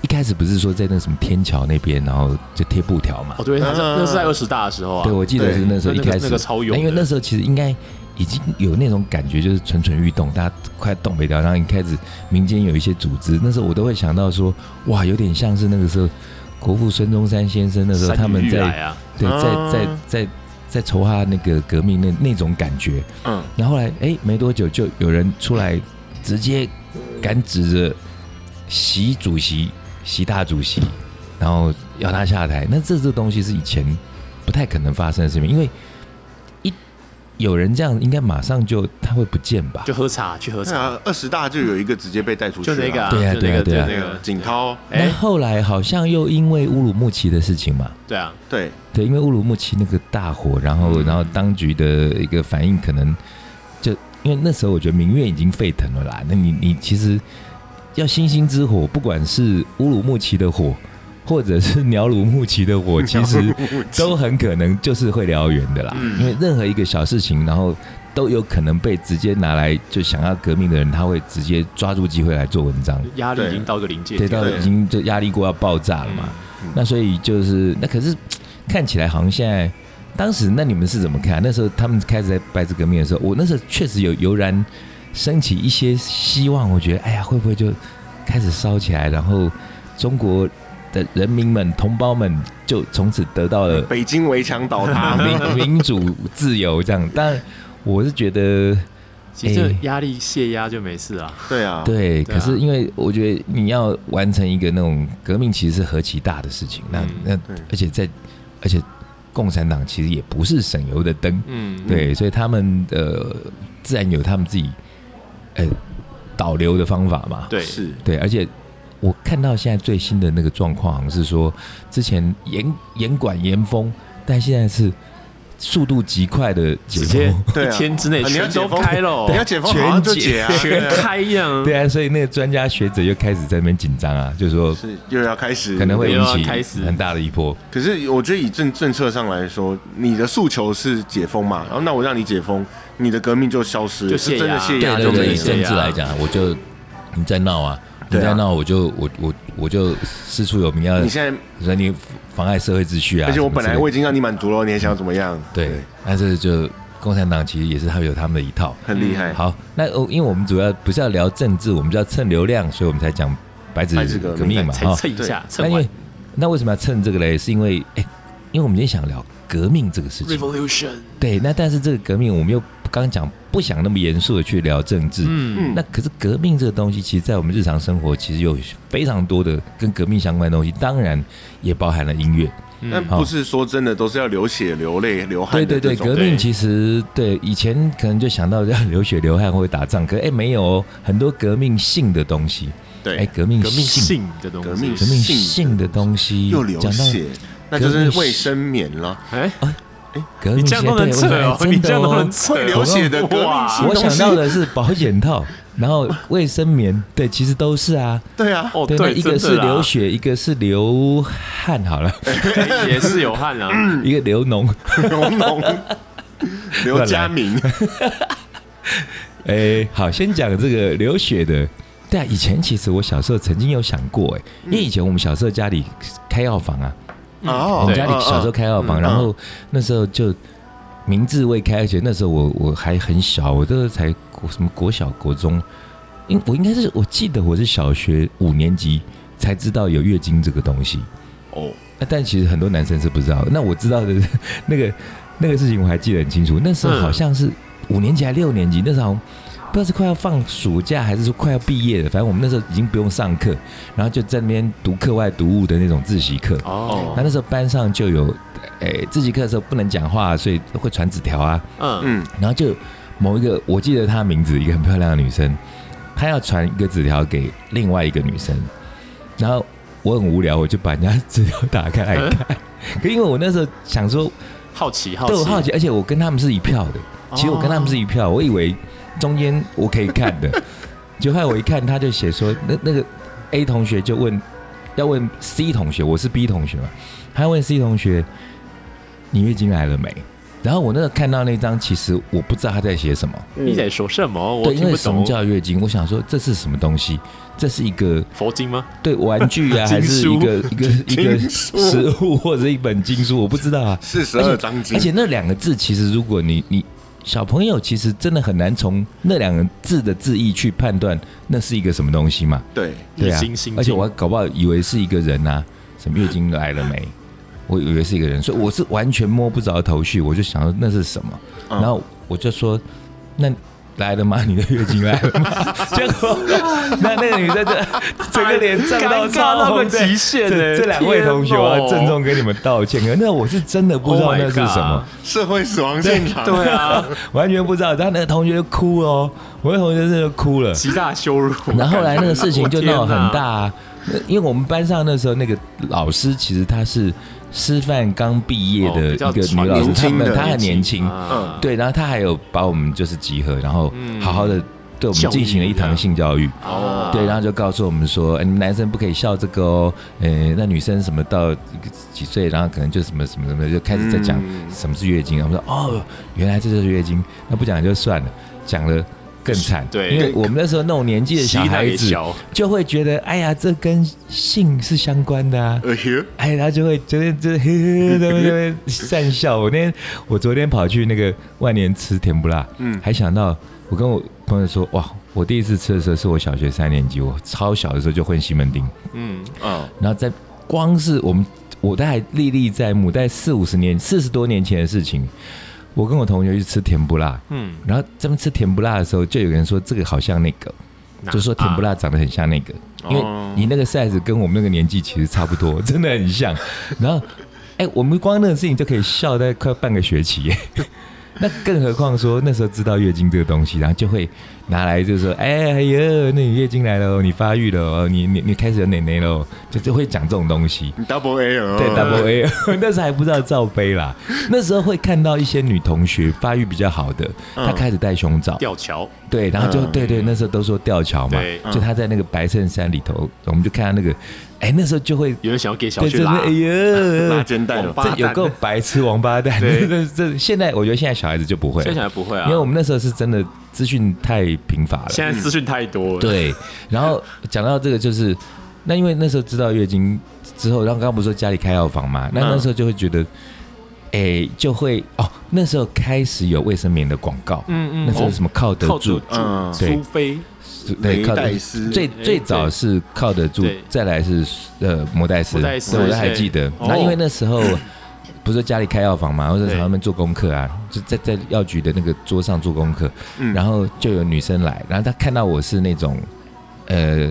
D: 一开始不是说在那什么天桥那边，然后就贴布条嘛
C: 哦，？对，那是
A: 嗯
C: 那是在二十大的时候啊，
D: 对，我记得
A: 对
D: 是那时候一
C: 那那个
D: 开始，
C: 那个超勇的
D: 因为那时候其实应该已经有那种感觉，就是蠢蠢欲动，大家快动不了，然后一开始民间有一些组织，那时候我都会想到说，哇，有点像是那个时候国父孙中山先生那时候
C: 三
D: 他们
C: 女
D: 在
C: 来啊，
D: 对
A: 啊
D: 在在在在筹划那个革命那那种感觉。
A: 嗯，
D: 然后后来哎，没多久就有人出来直接敢指着习主席、习大主席，然后要他下台。那这这东西是以前不太可能发生的事情，因为一有人这样，应该马上就他会不见吧？
C: 就喝茶去喝
A: 对
C: 茶，
A: 啊，二十大就有一个直接被带出去
C: 就
A: 了，
C: 那个啊，
D: 对啊
C: 就那个，就
D: 对啊
A: 那
C: 那
A: 个
C: 个，
A: 景涛，
D: 那
C: 哎，
D: 后来好像又因为乌鲁木齐的事情嘛，
C: 对啊，
A: 对，
D: 对，因为乌鲁木齐那个大火，然后然后当局的一个反应可能就因为那时候我觉得民怨已经沸腾了啦。那你你其实要星星之火，不管是乌鲁木齐的火，或者是鸟鲁木齐的 火，其实都很可能就是会燎原的啦。因为任何一个小事情，然后都有可能被直接拿来就想要革命的人，他会直接抓住机会来做文章。
C: 压力已
A: 对
C: 经到一个临界
D: 对，
C: 点，
D: 到
A: 对
D: 已经就压力锅要爆炸了嘛。那所以就是那可是看起来好像现在，当时那你们是怎么看？那时候他们开始在白纸革命的时候，我那时候确实有油然升起一些希望，我觉得哎呀，会不会就开始烧起来，然后中国的人民们、同胞们就从此得到了
A: 北京围墙倒 塌，
D: 民民主自由这样。当然，我是觉得。
C: 其实
D: 哎
C: 压力泄压就没事啦。
A: 对啊，
C: 对
D: 对，可
C: 啊
D: 是因为我觉得你要完成一个那种革命，其实是何其大的事情。那、
C: 嗯
D: 那
A: 对
D: 而且在而且共产党其实也不是省油的灯，
C: 嗯，
D: 对，所以他们呃自然有他们自己呃导流的方法嘛。
C: 对，
A: 是，
D: 对，而且我看到现在最新的那个状况，好像是说之前严严管严封，但现在是速度极快的解
C: 直接
D: 封。
A: 对啊
C: 一天之内
A: 啊你要
C: 全都
A: 解封
C: 开喽
A: 你，要解封好像就解啊，
C: 全开一样，
D: 对啊，所以那个专家学者又开始在那边紧张啊，就说
A: 是又要开始
D: 可能会
C: 又
D: 引
C: 要开
D: 起
C: 始
D: 很大的一波。
A: 可是我觉得以政政策上来说，你的诉求是解封嘛，然后那我让你解封，你的革命就消失，
C: 就是泄
A: 真的
C: 压
A: 泄
C: 对
A: 压
C: 啊
A: 就
D: 对
A: 没
D: 对，以
A: 了。
D: 政治来讲，我就你在闹啊，你
A: 对啊
D: 在闹，我就我我我就师出有名要
A: 你，现在，
D: 说你妨碍社会秩序啊。
A: 而且我本
D: 什
A: 来
D: 么
A: 我已
D: 之
A: 经让你满足了，你还想要怎么样？
D: 类的对，但是就共产党其实也是他有他们的一套。
A: 很厉害。
D: 好，那哦，因为我们主要不是要聊政治，我们就要蹭流量，所以我们才讲白纸
A: 白纸革
D: 革命嘛，
C: 才
D: 哈。
C: 蹭一下，
D: 啊那
C: 蹭
D: 因
C: 完
D: 为那为什么要蹭这个嘞？是因为哎，因为我们今天想聊革命这个事情。
C: revolution，
D: 对，那但是这个革命，我们又刚刚讲不想那么严肃的去聊政治。
C: 嗯，
A: 嗯
D: 那可是革命这个东西，其实，在我们日常生活，其实有非常多的跟革命相关的东西，当然也包含了音乐。
A: 但不是说真的，都是要流血、流泪、流汗
D: 对
A: 的
D: 嗯对
A: 这
D: 对，
A: 种。
D: 革命其实对以前可能就想到要流血流汗或者打仗，可哎、没有哦很多革命性的东西。
A: 对
D: 哎、革命
C: 革命
D: 性
C: 性的东西，
A: 革命
D: 革命性的东西，
A: 又流
D: 嗯讲到
A: 血，那就是卫生棉了。
C: 哎，
D: 革
C: 你
D: 命
C: 这
D: 性，
C: 样都能
D: 对
C: 扯哦
D: 我，说哎
C: 你
D: 真
C: 这
D: 的
C: 样都
D: 哦
C: 能。扯哦，
A: 会流血的革命性
D: 我
A: 东
D: 想
A: 西
D: 到的是保险套，然后卫生棉，对，其实都是啊。
A: 对啊，
C: 哦，
D: 对，那
C: 对，
D: 一个
C: 真
D: 是
C: 的啦
D: 流，血，一个是流汗，好了，
C: 哎也是有汗啊，
D: 一个流脓。
A: 浓浓 刘家明，
D: 哎、好，先讲这个流血的。对啊，以前其实我小时候曾经有想过、
C: 嗯
D: 哎，因为以前我们小时候家里开药房啊，
A: 哦
D: 我们
C: 对
D: 家里小时候开药房，
A: 嗯
D: 然后那时候就明治未开，而且那时候我我还很小，我都才国什么国小国中，因我应该是我记得我是小学五年级才知道有月经这个东西。
A: 哦，
D: 那但其实很多男生是不知道的。那我知道的是那个那个事情我还记得很清楚。那时候好像是五年级还六年级，那时候好像不知道是快要放暑假还是说快要毕业了，反正我们那时候已经不用上课，然后就在那边读课外读物的那种自习课。
C: 哦，
D: 那那时候班上就有，诶、自习课的时候不能讲话，所以会传纸条啊。
C: 嗯，
A: 嗯，
D: 然后就某一个，我记得她名字，一个很漂亮的女生，她要传一个纸条给另外一个女生，然后我很无聊，我就把人家纸条打开来看， 可因为我那时候想说，
C: 好奇哦好
D: 对我
C: 奇，
D: 好奇，而且我跟他们是一票的，其实我跟他们是一票，我以为中间我可以看 的，结果后来我一看，他就写说，那那个 A 同学就问，要问 C 同学，我是 B 同学嘛，他问 C 同学，你月经来了没？然后我那个看到那张，其实我不知道他在写什么。
C: 你在说什么？我
D: 对，因
C: 听
D: 为
C: 不
D: 什么
C: 懂。
D: 叫月经？我想说这是什么东西？这是一个
C: 佛经吗？
D: 对玩 具啊，还
C: 经
D: 是
C: 书
D: 一个一个一个
A: 经书
D: 食物或者一本经书？我不知道啊。
A: 四十
D: 而且
A: 二章经
D: 而，且那两个字，其实如果你你小朋友其实真的很难从那两个字的字义去判断那是一个什么东西嘛。
A: 对，
D: 对啊
C: 日新星，
D: 而且我还搞不好以为是一个人啊，什么月经来了没？我以为是一个人，所以我是完全摸不着头绪，我就想说那是什么，
A: 嗯
D: 然后我就说，那来了吗？你的月经来了 吗？结果那那个女生就整个脸涨
C: 尴
D: 到
C: 尬
D: 超
C: 到个
D: 红的
C: 极限
D: 这
C: 欸
D: 这两位
C: 天
D: 同学，我要
C: 哦
D: 郑重跟你们道歉，可是那我是真的不知道
C: Oh my
D: 那是什么
C: God。
A: 社会死亡现场，
C: 对啊，
D: 完全不知道，然后那个同学就哭了哦，我那同学真的哭了。
C: 极大羞 辱。
D: 然后后来那个事情就闹得很大、
C: 我
D: 啊，那因为我们班上那时候那个老师其实她是师范刚毕业
C: 哦
D: 的
C: 比较
D: 一个
C: 传
D: 女老师，
A: 年
D: 她
A: 轻
D: 们
A: 的
D: 她很年
C: 天
D: 轻
C: 哪，啊，
D: 对，然后她还有把我们就是集合，然后好好的对我们
C: 教育
D: 进行了一堂性教育。
C: 哦
D: 对，然后就告诉我们说，哎，你们男生不可以笑这个哦，呃，那女生什么到几岁，然后可能就什么什么什么，就开始在讲
A: 嗯
D: 什么是月经。我们说，哦，原来这就是月经，那不讲也就算了，讲了更惨。
C: 对
D: 因为我们那时候那种年纪的小
C: 吸他
D: 孩
C: 给
D: 子，
C: 小
D: 就会觉得，哎呀，这跟性是相关的啊。
A: 呃 here，
D: 哎，他就会觉得这呵呵在那边善笑。我那天我昨天跑去那个万年吃甜不辣，嗯
A: 嗯，
D: 还想到我跟我朋友说，哇，我第一次吃的时候是我小学三年级，我超小的时候就混西门町，
C: 嗯，
A: 嗯，
D: 然后在光是我们我大概历历在目，在四五十年、四十多年前的事情。我跟我同学去吃甜不辣，嗯
C: 嗯，
D: 然后他们吃甜不辣的时候，就有人说这个好像那个，
C: 哪
D: 就说甜不辣长得很像那个，因为你那个 size 跟我们那个年纪其实差不多，真的很像。然后，哎、我们光那个事情就可以笑在快半个学期耶。那更何况说那时候知道月经这个东西，然后就会拿来就说，哎哎呦，那你月经来了哦，你发育了哦，你你你开始有奶奶了哦，就就会讲这种东西。
A: 你 double A 了，哦
D: 对 double A，那 时候还不知道罩杯啦，那时候会看到一些女同学发育比较好的，她开始戴胸罩，
C: 吊桥，
D: 对，然后就、
A: 嗯
D: 对对，那时候都说吊桥嘛
C: 对，嗯
D: 就她在那个白衬衫里头，我们就看到那个，哎，那时候就会
C: 有人想要给小
D: 对
C: 去
D: 真的，
C: 拉
D: 哎，呦
A: 拉，肩带了
C: 王八
D: 这有够白痴王八蛋，
C: 对
D: 这这现在我觉得现在小孩子就不会
C: 现在
D: 了，
C: 想来不会啊，
D: 因为我们那时候是真的资讯太贫乏了，
C: 现在资讯太多了，，
D: 对，然后讲到这个就是，那因为那时候知道月经之后，然后刚刚不是说家里开药房嘛，那
A: 嗯
D: 那时候就会觉得，哎、就会哦，那时候开始有卫生棉的广告，
C: 嗯嗯
D: 那时候什么靠得
C: 靠
D: 住
C: 住，
A: 嗯
D: 对
C: 苏菲，
D: 对，
A: 梅
D: 靠得
A: 戴
D: 住，
A: 斯
D: 最
C: 哎
D: 最早
C: 对
D: 是靠得住
C: 对，
D: 再来是呃摩代斯，
C: 摩代斯
D: 对我都还记得
C: 对。
D: 那因为
C: 哦
D: 那时 候。不是说家里开药房嘛，或者
C: 对
D: 他们做功课啊，就在在药局的那个桌上做功课，
A: 嗯
D: 然后就有女生来，然后她看到我是那种，呃，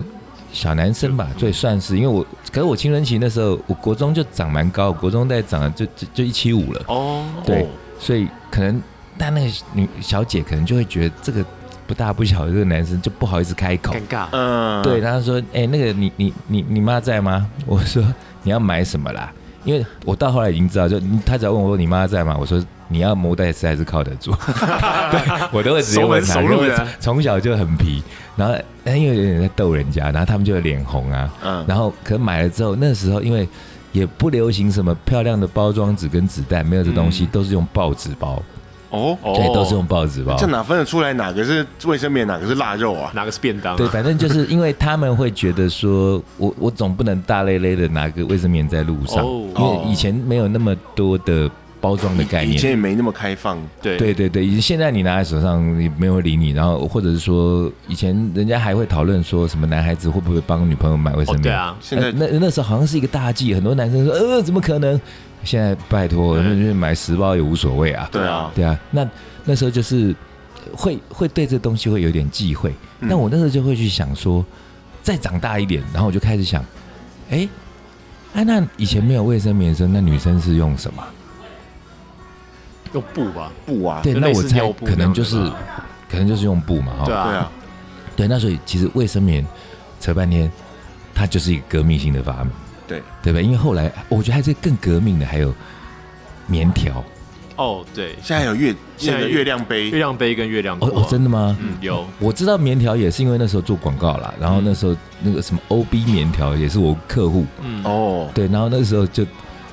D: 小男生
C: 嗯
D: 吧，对，算是，因为我，可是我青春期那时候，我国中就长蛮高，我国中在长就就就一七五了，
C: 哦，
D: 对，所以可能但那个女小姐可能就会觉得这个不大不小的这个男生就不好意思开口，
C: 尴尬，
A: 嗯，
D: 对，，然后说，哎、那个你你你你妈在吗？ 我说你要买什么啦？因为我到后来已经知道，就你他只要问我你妈在吗？我说你要摩代斯还是靠得住？ 对我都会直接问他，
C: 熟门
D: 因为
C: 熟路
D: 我
C: 的
D: 从从小就很皮，然后哎因为有点在逗人家，然后他们就会脸红啊。
A: 嗯，
D: 然后可能买了之后，那时候因为也不流行什么漂亮的包装纸跟子弹，没有这东西，
C: 嗯
D: 都是用报纸包，
A: 哦，
C: 哦
D: 对，都是用报纸包。
A: 这哪分得出来哪个是卫生棉，哪个是腊肉啊？
C: 哪个是便当啊？
D: 对，反正就是因为他们会觉得说，我我总不能大咧咧的拿个卫生棉在路上，
C: 哦
D: 因为以前没有那么多的包装的概
A: 以前
D: 念。
A: 也没那么开放，
C: 对
D: 对对对，以前现在你拿在手上，也没有人理你，然后或者是说，以前人家还会讨论说什么男孩子会不会帮女朋友买卫
C: 哦
D: 生棉？
C: 对啊，
A: 现在
D: 呃那那时候好像是一个大忌，很多男生说，呃，怎么可能？现在拜托，那
A: 嗯
D: 就买十包也无所谓啊。
A: 对啊，
D: 对啊，那那时候就是呃会会对这东西会有点忌讳。
C: 嗯
D: 那、我那时候就会去想说，再长大一点，然后我就开始想，哎、啊，那以前没有卫生棉的时候，那女生是用什么？
C: 啊用布吧，
A: 布啊，
D: 对，
C: 就
D: 那
C: 类
D: 我
C: 似
D: 猜
C: 尿布
D: 可
C: 那
D: 能
C: 样
D: 就是
C: 的吧啊
D: 可能就是用布嘛，哈
C: 对
A: 对
C: 啊，
A: 啊，
D: 对，那所以其实卫生棉扯半天，它就是一个革命性的发明，
A: 对，
D: 对吧？因为后来我觉得还是更革命的，还有棉条。
C: 哦对，
A: 现在有月
C: 现
A: 现
C: 在
A: 在
C: 有
A: 月亮杯
C: 月，亮杯跟月亮
D: 哦
C: 锅
D: 哦，真的吗？
C: 嗯有
D: 我知道棉条也是因为那时候做广告啦，然后那时候那个什么 OB 棉条也是我客户，
C: 嗯
A: 哦，
D: 对，然后那时候就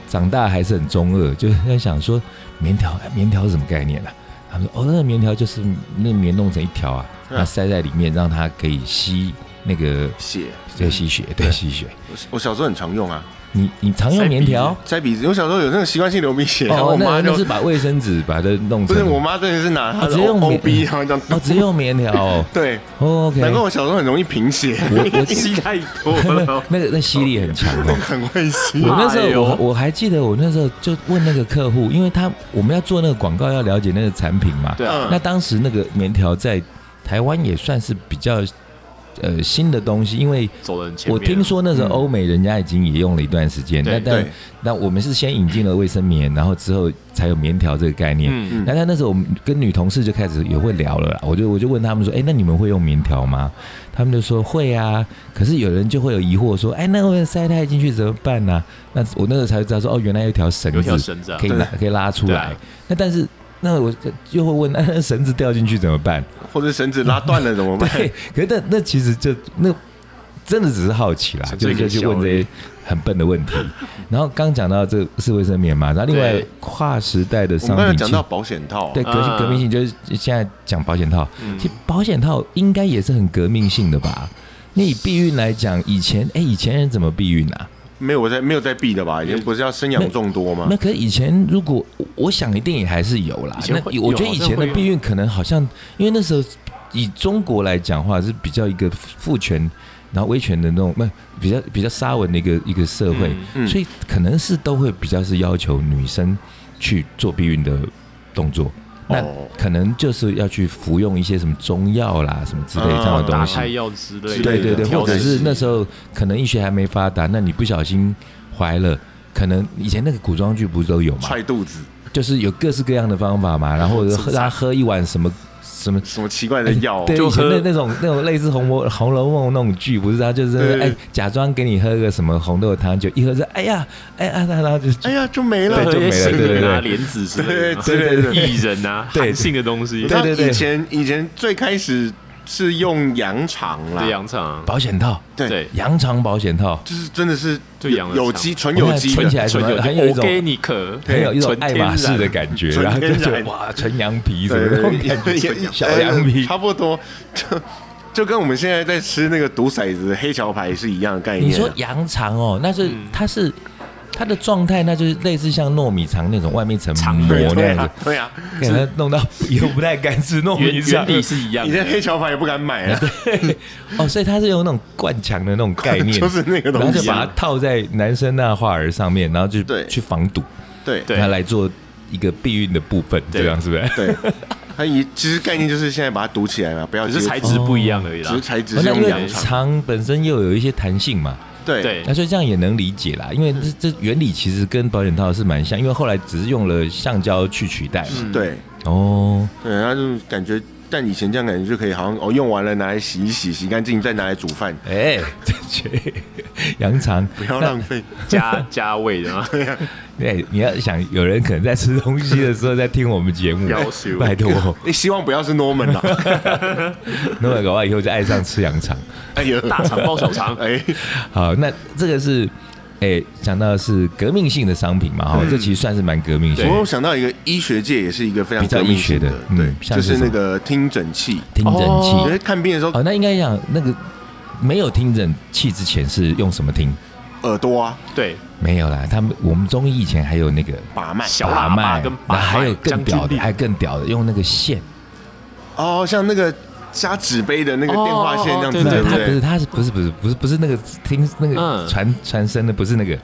D: 长大还是很中二，就在想说棉条，哎棉条是什么概念啊？他们说哦，那个棉条就是那棉弄成一条啊，
A: 嗯
D: 然后塞在里面，让它可以吸那 个
A: 血，
D: 对吸血，对吸血。
A: 我我小时候很常用啊，
D: 你你常用棉条？
A: 塞鼻子，我小时候有那种习惯性流鼻血，然后
D: 哦
A: 我，
D: 那
A: 妈就
D: 那是把卫生纸把它弄
A: 不
D: 成
A: 是我妈真的是拿她
D: 哦
A: 的
D: 直接用
A: O
D: 棉
A: B 然后这样，
D: 哦，只用棉条哦。
A: 对，
D: 哦 OK，
A: 难怪我小时候很容易贫 血，
D: 我我
C: 吸太多了
D: ，那个那吸力很强哦。
A: 很会吸
D: 我那时
C: 哎
D: 候
C: 呦
D: 我我还记得我那时候就问那个客户，因为他我们要做那个广告要了解那个产品嘛，
C: 对啊，
D: 那当时那个棉条在台湾也算是比较呃新的东西，因为
C: 走得很前
D: 我
C: 面。嗯
D: 听说那时候欧美人家已经也用了一段时间，
C: 对
D: 那但
A: 对
D: 那我们是先引进了卫生棉，然后之后才有棉条这个概念。
C: 嗯，
D: 那他那时候我们跟女同事就开始也会聊了啦，我就我就问他们说，哎、那你们会用棉条吗？他们就说会啊，可是有人就会有疑惑说，哎、那我们塞太进去怎么办呢、啊那那我那时候才知道说，哦，原来有一条绳
C: 有一条
D: 子
C: 绳子啊
D: 可以，拉可以拉出
C: 对
D: 来。
C: 啊
D: 那但是那我就会问，那绳子掉进去怎么办？
A: 或者绳子拉断了怎么办？
D: 对，可是那那其实就那真的只是好奇啦，
C: 纯
D: 就
C: 粹
D: 就
C: 给
D: 去问
C: 笑
D: 这
C: 而已
D: 些很笨的问题。然后刚讲到这个是卫生棉嘛，然后另外
C: 对
D: 跨时代的
A: 我
D: 商
A: 们刚才
D: 品，
A: 讲
D: 其实
A: 到保险套，
D: 对革新
C: 啊
D: 革命性就是现在讲保险套，其实保险套应该也是很革命性的吧？那以避孕来讲，以前哎，以前人怎么避孕啊？
A: 没有在没有在避的吧？以前不是要生养众多吗
D: 那？可是以前如果我我想一定也还是有啦
C: 以。前
D: 那
C: 会
D: 我觉得
C: 有
D: 以
C: 好像
D: 前的
C: 会有
D: 避孕可能好像，因为那时候以中国来讲话是比较一个父权，然后威权的那种，不比较比较沙文的一个一个社会，
A: 嗯
D: 所以可能是都会比较是要求女生去做避孕的动作。那
A: 哦
D: 可能就是要去服用一些什么中药啦，什么之类
A: 嗯
D: 这样的啊东
C: 哦打
D: 西。
C: 开药之类的，
D: 对对对，
A: 调
D: 或者
A: 整
D: 是
A: 剂
D: 那时候可能医学还没发达，那你不小心怀了，可能以前那个古装剧不是都有嘛，
A: 踹肚子，
D: 就是有各式各样的方法嘛，然后
C: 是
D: 让他喝一碗什么什么。
A: 什么奇怪的药？
D: 哎
A: 啊
D: 对，
C: 就
D: 以前
C: 喝
D: 那那种那种类似红魔《红楼梦》那种剧，不是他就是
A: 对
D: 哎，假装给你喝个什么红豆汤，就一喝是哎呀哎呀，然后就
A: 哎呀，就没了
C: 对，。
D: 就没了
C: 杏
D: 对对
C: 仁啊、
D: 对
C: 莲子之类的嘛，
A: 对对对对
C: 薏仁啊，
D: 对
C: 寒性的东西
A: 你，知道
D: 对对对
A: 以前以前最开始是用羊肠
C: 对
A: 啦，
C: 羊肠，
D: 保险套，
A: 对，
C: 啊对，
D: 羊肠保险套，
A: 就是真的是
C: 就羊的
A: 有
C: 肠
A: 机纯有机
D: 存起
A: 的，
D: 哎来什
C: 纯
D: 么
C: 有
D: 很有一种
C: organic，
D: 很有一种
C: 纯
D: 爱
C: 天
D: 马仕的
C: 然
D: 感觉，
A: 纯
D: 然后就
A: 天
D: 觉得
A: 然
D: 哇，纯羊皮什么
A: 对
D: 那种
A: 对
D: 感觉，
A: 对，哎
D: 小羊皮，
A: 差不多，就就跟我们现在在吃那个毒骰子黑桥牌是一样的概念。啊
D: 你说羊肠哦，那是、
A: 嗯
D: 它是它的状态，那就是类似像糯米肠那种外面层
C: 肠
D: 膜
A: 对
D: 那
A: 对
D: 样
A: 啊
D: 子，，
A: 对啊，
D: 给它弄到 以后不太敢吃 糯
C: 原
D: 米肠
C: 原。理是一
A: 啊
C: 样
A: 你
C: 的
A: 连。黑桥牌也不敢买啊，
D: 哦，所以它是用那种灌肠的那种 概念，
A: 就是那个
D: 然后
A: 东
D: 就
A: 西。啊
D: 把它套在男生那画儿上面，然后就
A: 对
D: 去防堵，
A: 对
C: 对
D: 它来做一个避孕的部分，
C: 对
D: 这样是不是？
A: 对，它一其实概念就是现在把它堵起来嘛，不要
C: 只是
A: 接
C: 材质不一样而已
A: 只
C: 啦
A: 是。材质
D: 哦
A: 是
D: 那因
A: 用
D: 为
A: 羊肠，嗯
D: 肠本身又有一些弹性嘛，
A: 对
C: 对，
D: 那所以这样也能理解啦，因为
A: 嗯
D: 这这原理其实跟保险套是蛮像，因为后来只是用了橡胶去取代嘛。
A: 对
D: 哦，
A: 对，然后就感觉。但以前这样感觉就可以，好像哦用完了拿来洗一洗，洗干净再拿来煮饭，
D: 哎、这绝羊肠，
A: 不要浪费。
C: 加加味 的嘛，
D: 哎，你要想，有人可能在吃东西的时候在听我们节目
C: 要求，
D: 拜托，
A: 你希望不要是 Norman 啊啦，
D: 那么搞不好以后就爱上吃羊肠。
A: 哎呦，
C: 大肠包小肠，
A: 哎，
D: 好，那这个是，哎，讲到的是革命性的商品嘛，哈、
C: 嗯
D: 这其实算是蛮革命性
A: 我
D: 的。
A: 有想到一个医学界也是一个非常
D: 比较
A: 革命性
D: 医学的嗯
A: 对，
D: 像
A: 就是是
D: 什么
A: 那个听诊器。
D: 听诊器，
A: 你
D: 哦
A: 在看病的时候，
D: 那应该讲那个没有听诊器之前是用什么听？
A: 耳朵啊，
C: 对，
D: 没有啦，他们我们中医以前还有那个
A: 把脉
C: 小
D: 把
C: 喇
D: 脉，
C: 叭跟
D: 然后
C: 把脉
D: 还有更屌
C: 将
D: 的，
C: 军力
D: 还有更屌的，用那个线。
A: 哦，像那个加纸杯的那个电话线这样子，
C: 哦哦哦
A: 对
D: 那
A: 不
D: 他不是，
A: 对？
D: 他是不是不是不是不是那个听那个
C: 嗯
D: 传传声的，不是那个，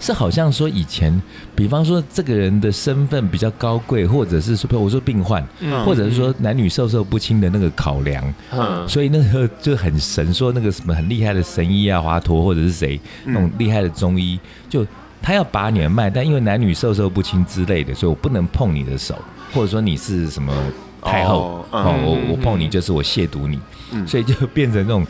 D: 是好像说以前，比方说这个人的身份比较高贵，或者是说，我说病患，
A: 嗯
D: 或者是说男女授受不亲的那个考量，
C: 嗯，
D: 所以那个就很神，说那个什么很厉害的神医啊，华佗或者是谁
A: 嗯
D: 那种厉害的中医，就他要把你的脉，但因为男女授受不亲之类的，所以我不能碰你的手，或者说你是什么太后
A: 哦，嗯
D: 哦，我我碰你就是我亵渎你，所以就变成那种。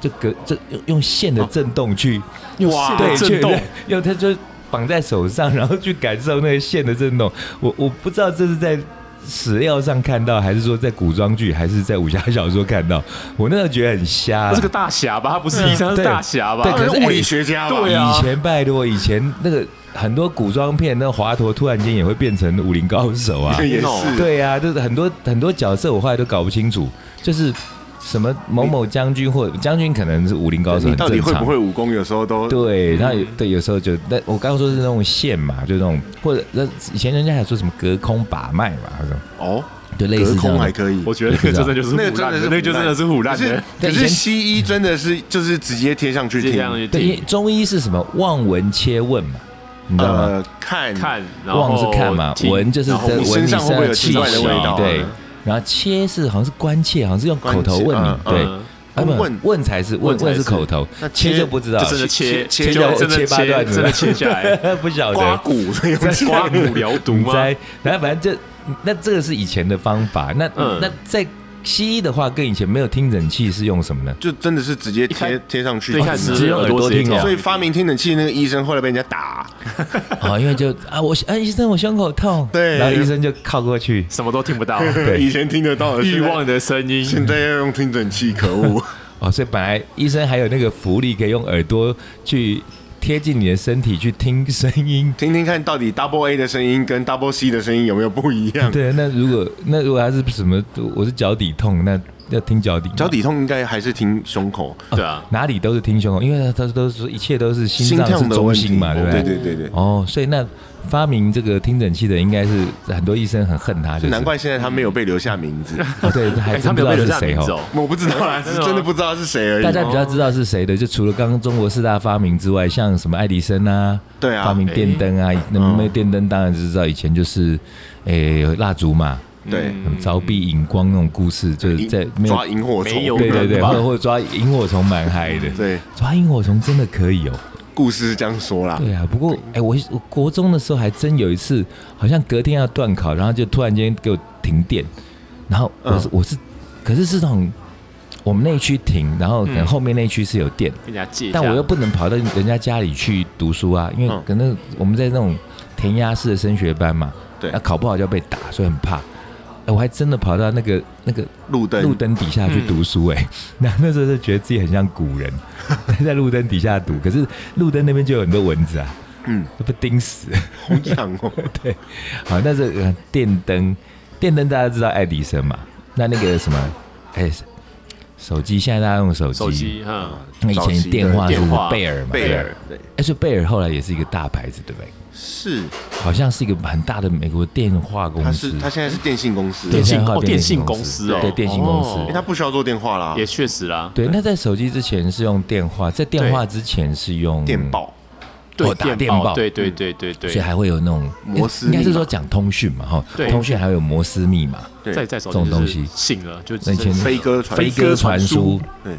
D: 这个这用用线的震动去，
C: 哇
D: 啊对，
C: 震
D: 去
C: 动
D: 对用它就绑在手上，然后去感受那个线的震动。我我不知道这是在史料上看到，还是说在古装剧，还是在武侠小说看到。我那时候觉得很瞎
C: 他是。个大侠吧？他不是医生，他是
D: 对
C: 大侠吧？
D: 对可
A: 他
D: 是
A: 是物理学家吧？
C: 对啊
D: 以前拜托，以前那个很多古装片，那华佗突然间也会变成武林高手 啊。
A: 也
C: 哦
A: 是，
D: 对啊，就是很多很多角色，我后来都搞不清楚，就是什么某某将军或将军可能是武林高手，
A: 你
D: 很
A: 到底
D: 正
A: 会
D: 常
A: 不。会武功？有时候都
D: 对，然后
A: 嗯
D: 有对有时候就，那我刚刚说是那种线嘛，就那种或者那以前人家还说什么隔空把脉嘛，好像
A: 哦，
D: 就类
A: 隔
D: 似这样
A: 空还
D: 的。
A: 可以
C: 我。觉得那个真的就是
A: 那个
C: 腐
A: 真
C: 烂
A: 的
C: 的，
A: 是
C: 那个就真的是腐烂的，
A: 可
D: 对
A: 是可
D: 以
A: 是
D: 前
A: 西医真的是就是直接贴上去
C: 直接这样
A: 听，
C: 去
D: 对，因为
C: 听
D: 中医是什么望闻切问嘛，你知道吗？
A: 呃，看
C: 看，然
D: 望
C: 后
D: 是看嘛，
C: 听
D: 闻就是
A: 然后
D: 在
A: 你
D: 闻
A: 身上会不会有
D: 气
A: 奇怪的
D: 息
A: 味道
D: 对
A: 嗯，
D: 然后切是好像是关切，好像是用口头问你
A: 关，切嗯
D: 对，
C: 嗯
D: 啊不
A: 问
D: 问才是问
C: 问才是
D: 是口头
A: 那，切
D: 切就不知道
C: 就，真的切
A: 切
C: 切
A: 切
C: 就真的
D: 切八段子
C: 真的切下来，
D: 不晓
A: 刮
D: 得。
A: 骨所以有这
C: 刮
A: 样
C: 骨疗毒
D: 你
C: 吗？
D: 在，然后反正这那这个是以前的方法，那、
C: 嗯
D: 那在西医的话，跟以前没有听诊器是用什么呢？
A: 就真的是直接
C: 开
A: 贴贴上去，
C: 对，一开
D: 哦
C: 始
D: 只有
C: 耳
D: 耳
C: 朵
D: 朵
C: 直接
D: 听
C: 跳
D: 哦
C: 下去
A: 所以发明听诊器那个医生后来被人家打，
D: 啊、因为就啊，我啊，医生，我胸口痛，
A: 对
D: 然后医生就靠过去，
C: 什么都听不到，
D: 对
A: 以前听得到的
C: 欲望，的声音，
A: 现在现在要用听诊器，可 恶！
D: 哦，所以本来医生还有那个福利，可以用耳朵去贴近你的身体去听声音。
A: 听听看到底 Double A 的声音跟 Double C 的声音有没有不一样？
D: 对，那如果那如果他是什么，我是脚底痛，那要听脚底吗，
A: 脚底痛应该还是听胸口
C: 对啊，
D: 哪里都是听胸口，因为他都是说一切都是心脏
A: 跳
D: 是
A: 的问
D: 中
A: 题
D: 心嘛，对不
A: 对
D: 对？
A: 对对
D: 哦，所以那发明这个听诊器的，应该是很多医生很恨他，就是
A: 对，难怪现在他没有被留下名字，
D: 哦对，还
C: 哎，他
D: 真
C: 没
D: 不
C: 有被
D: 知道
C: 留
D: 是
C: 下
D: 谁
C: 名字
D: 哦。
C: 哦，
A: 我不知道啊 啦，是
C: 的吗
A: 真的不知道是谁而
D: 大
A: 已。
D: 家比较知道是谁的，就除了刚刚中国四大发明之外，像什么爱迪生啊，
A: 对啊
D: 发明电灯啊，那没有电灯当然知道以前就是，诶蜡烛嘛，
A: 对，
C: 嗯
D: 凿壁引光那种故事，就是在没有
A: 抓萤火虫，
C: 没有
D: 对对对，
C: 人吧
D: 或者或者抓萤火虫蛮嗨的，
A: 对，
D: 抓萤火虫真的可以哦。
A: 故事是这样说啦。
D: 对啊，不过哎、我我国中的时候还真有一次，好像隔天要断考，然后就突然间给我停电，然后我是、我是，可是是那种我们那一区停，然后可能
C: 嗯
D: 后面那一区是有电，
C: 跟人家借一下，
D: 但我又不能跑到人家家里去读书啊，因为
A: 嗯
D: 可能我们在那种填鸭式的升学班嘛，
A: 对
D: 那考不好就要被打，所以很怕。哎，我还真的跑到那个那个
A: 路灯，
D: 路灯底下去读书、
A: 嗯
D: 哎、那 那时候就觉得自己很像古人， 在路灯底下读，可是路灯那边就有很多蚊子啊，
A: 嗯，
D: 都被叮死。
A: 好痒哦。
D: 对，好，那是呃电灯，电灯大家知道爱迪生嘛？那那个什么，哎、手机现在大家用手机，
C: 手机，嗯，
D: 那以
A: 早期
D: 前
A: 的
D: 电话是
C: 电话
D: 贝尔嘛，
A: 贝
D: 对
A: 尔，对，
D: 哎，所以贝尔后来也是一个大牌子，对不对？
A: 是，
D: 好像是一个很大的美国电话公
A: 他是
D: 司，
A: 他现在是电信公司，
D: 电
A: 因
D: 信
C: 电信
D: 号
C: 哦电信公司哦
D: 对电信公
C: 哦
A: 为
D: 司。
A: 他不需要做电话啦，
C: 也确实啦，
D: 对，那在手机之前是用电话，在电话之前是用
A: 电，报，
C: 对
D: 哦打电
C: 报，
D: 报
C: 对对对对对
D: 所以，还会有那种
A: 摩斯密
D: 应
A: 码
D: 该是说讲通讯嘛，哈，
C: 对
D: 通讯还会有摩斯密码，
A: 对，
C: 再再手
D: 这
C: 机就
D: 种东
C: 是
D: 西
C: 信了，就
D: 那以前嗯
A: 飞鸽传
D: 飞鸽传书，
A: 对，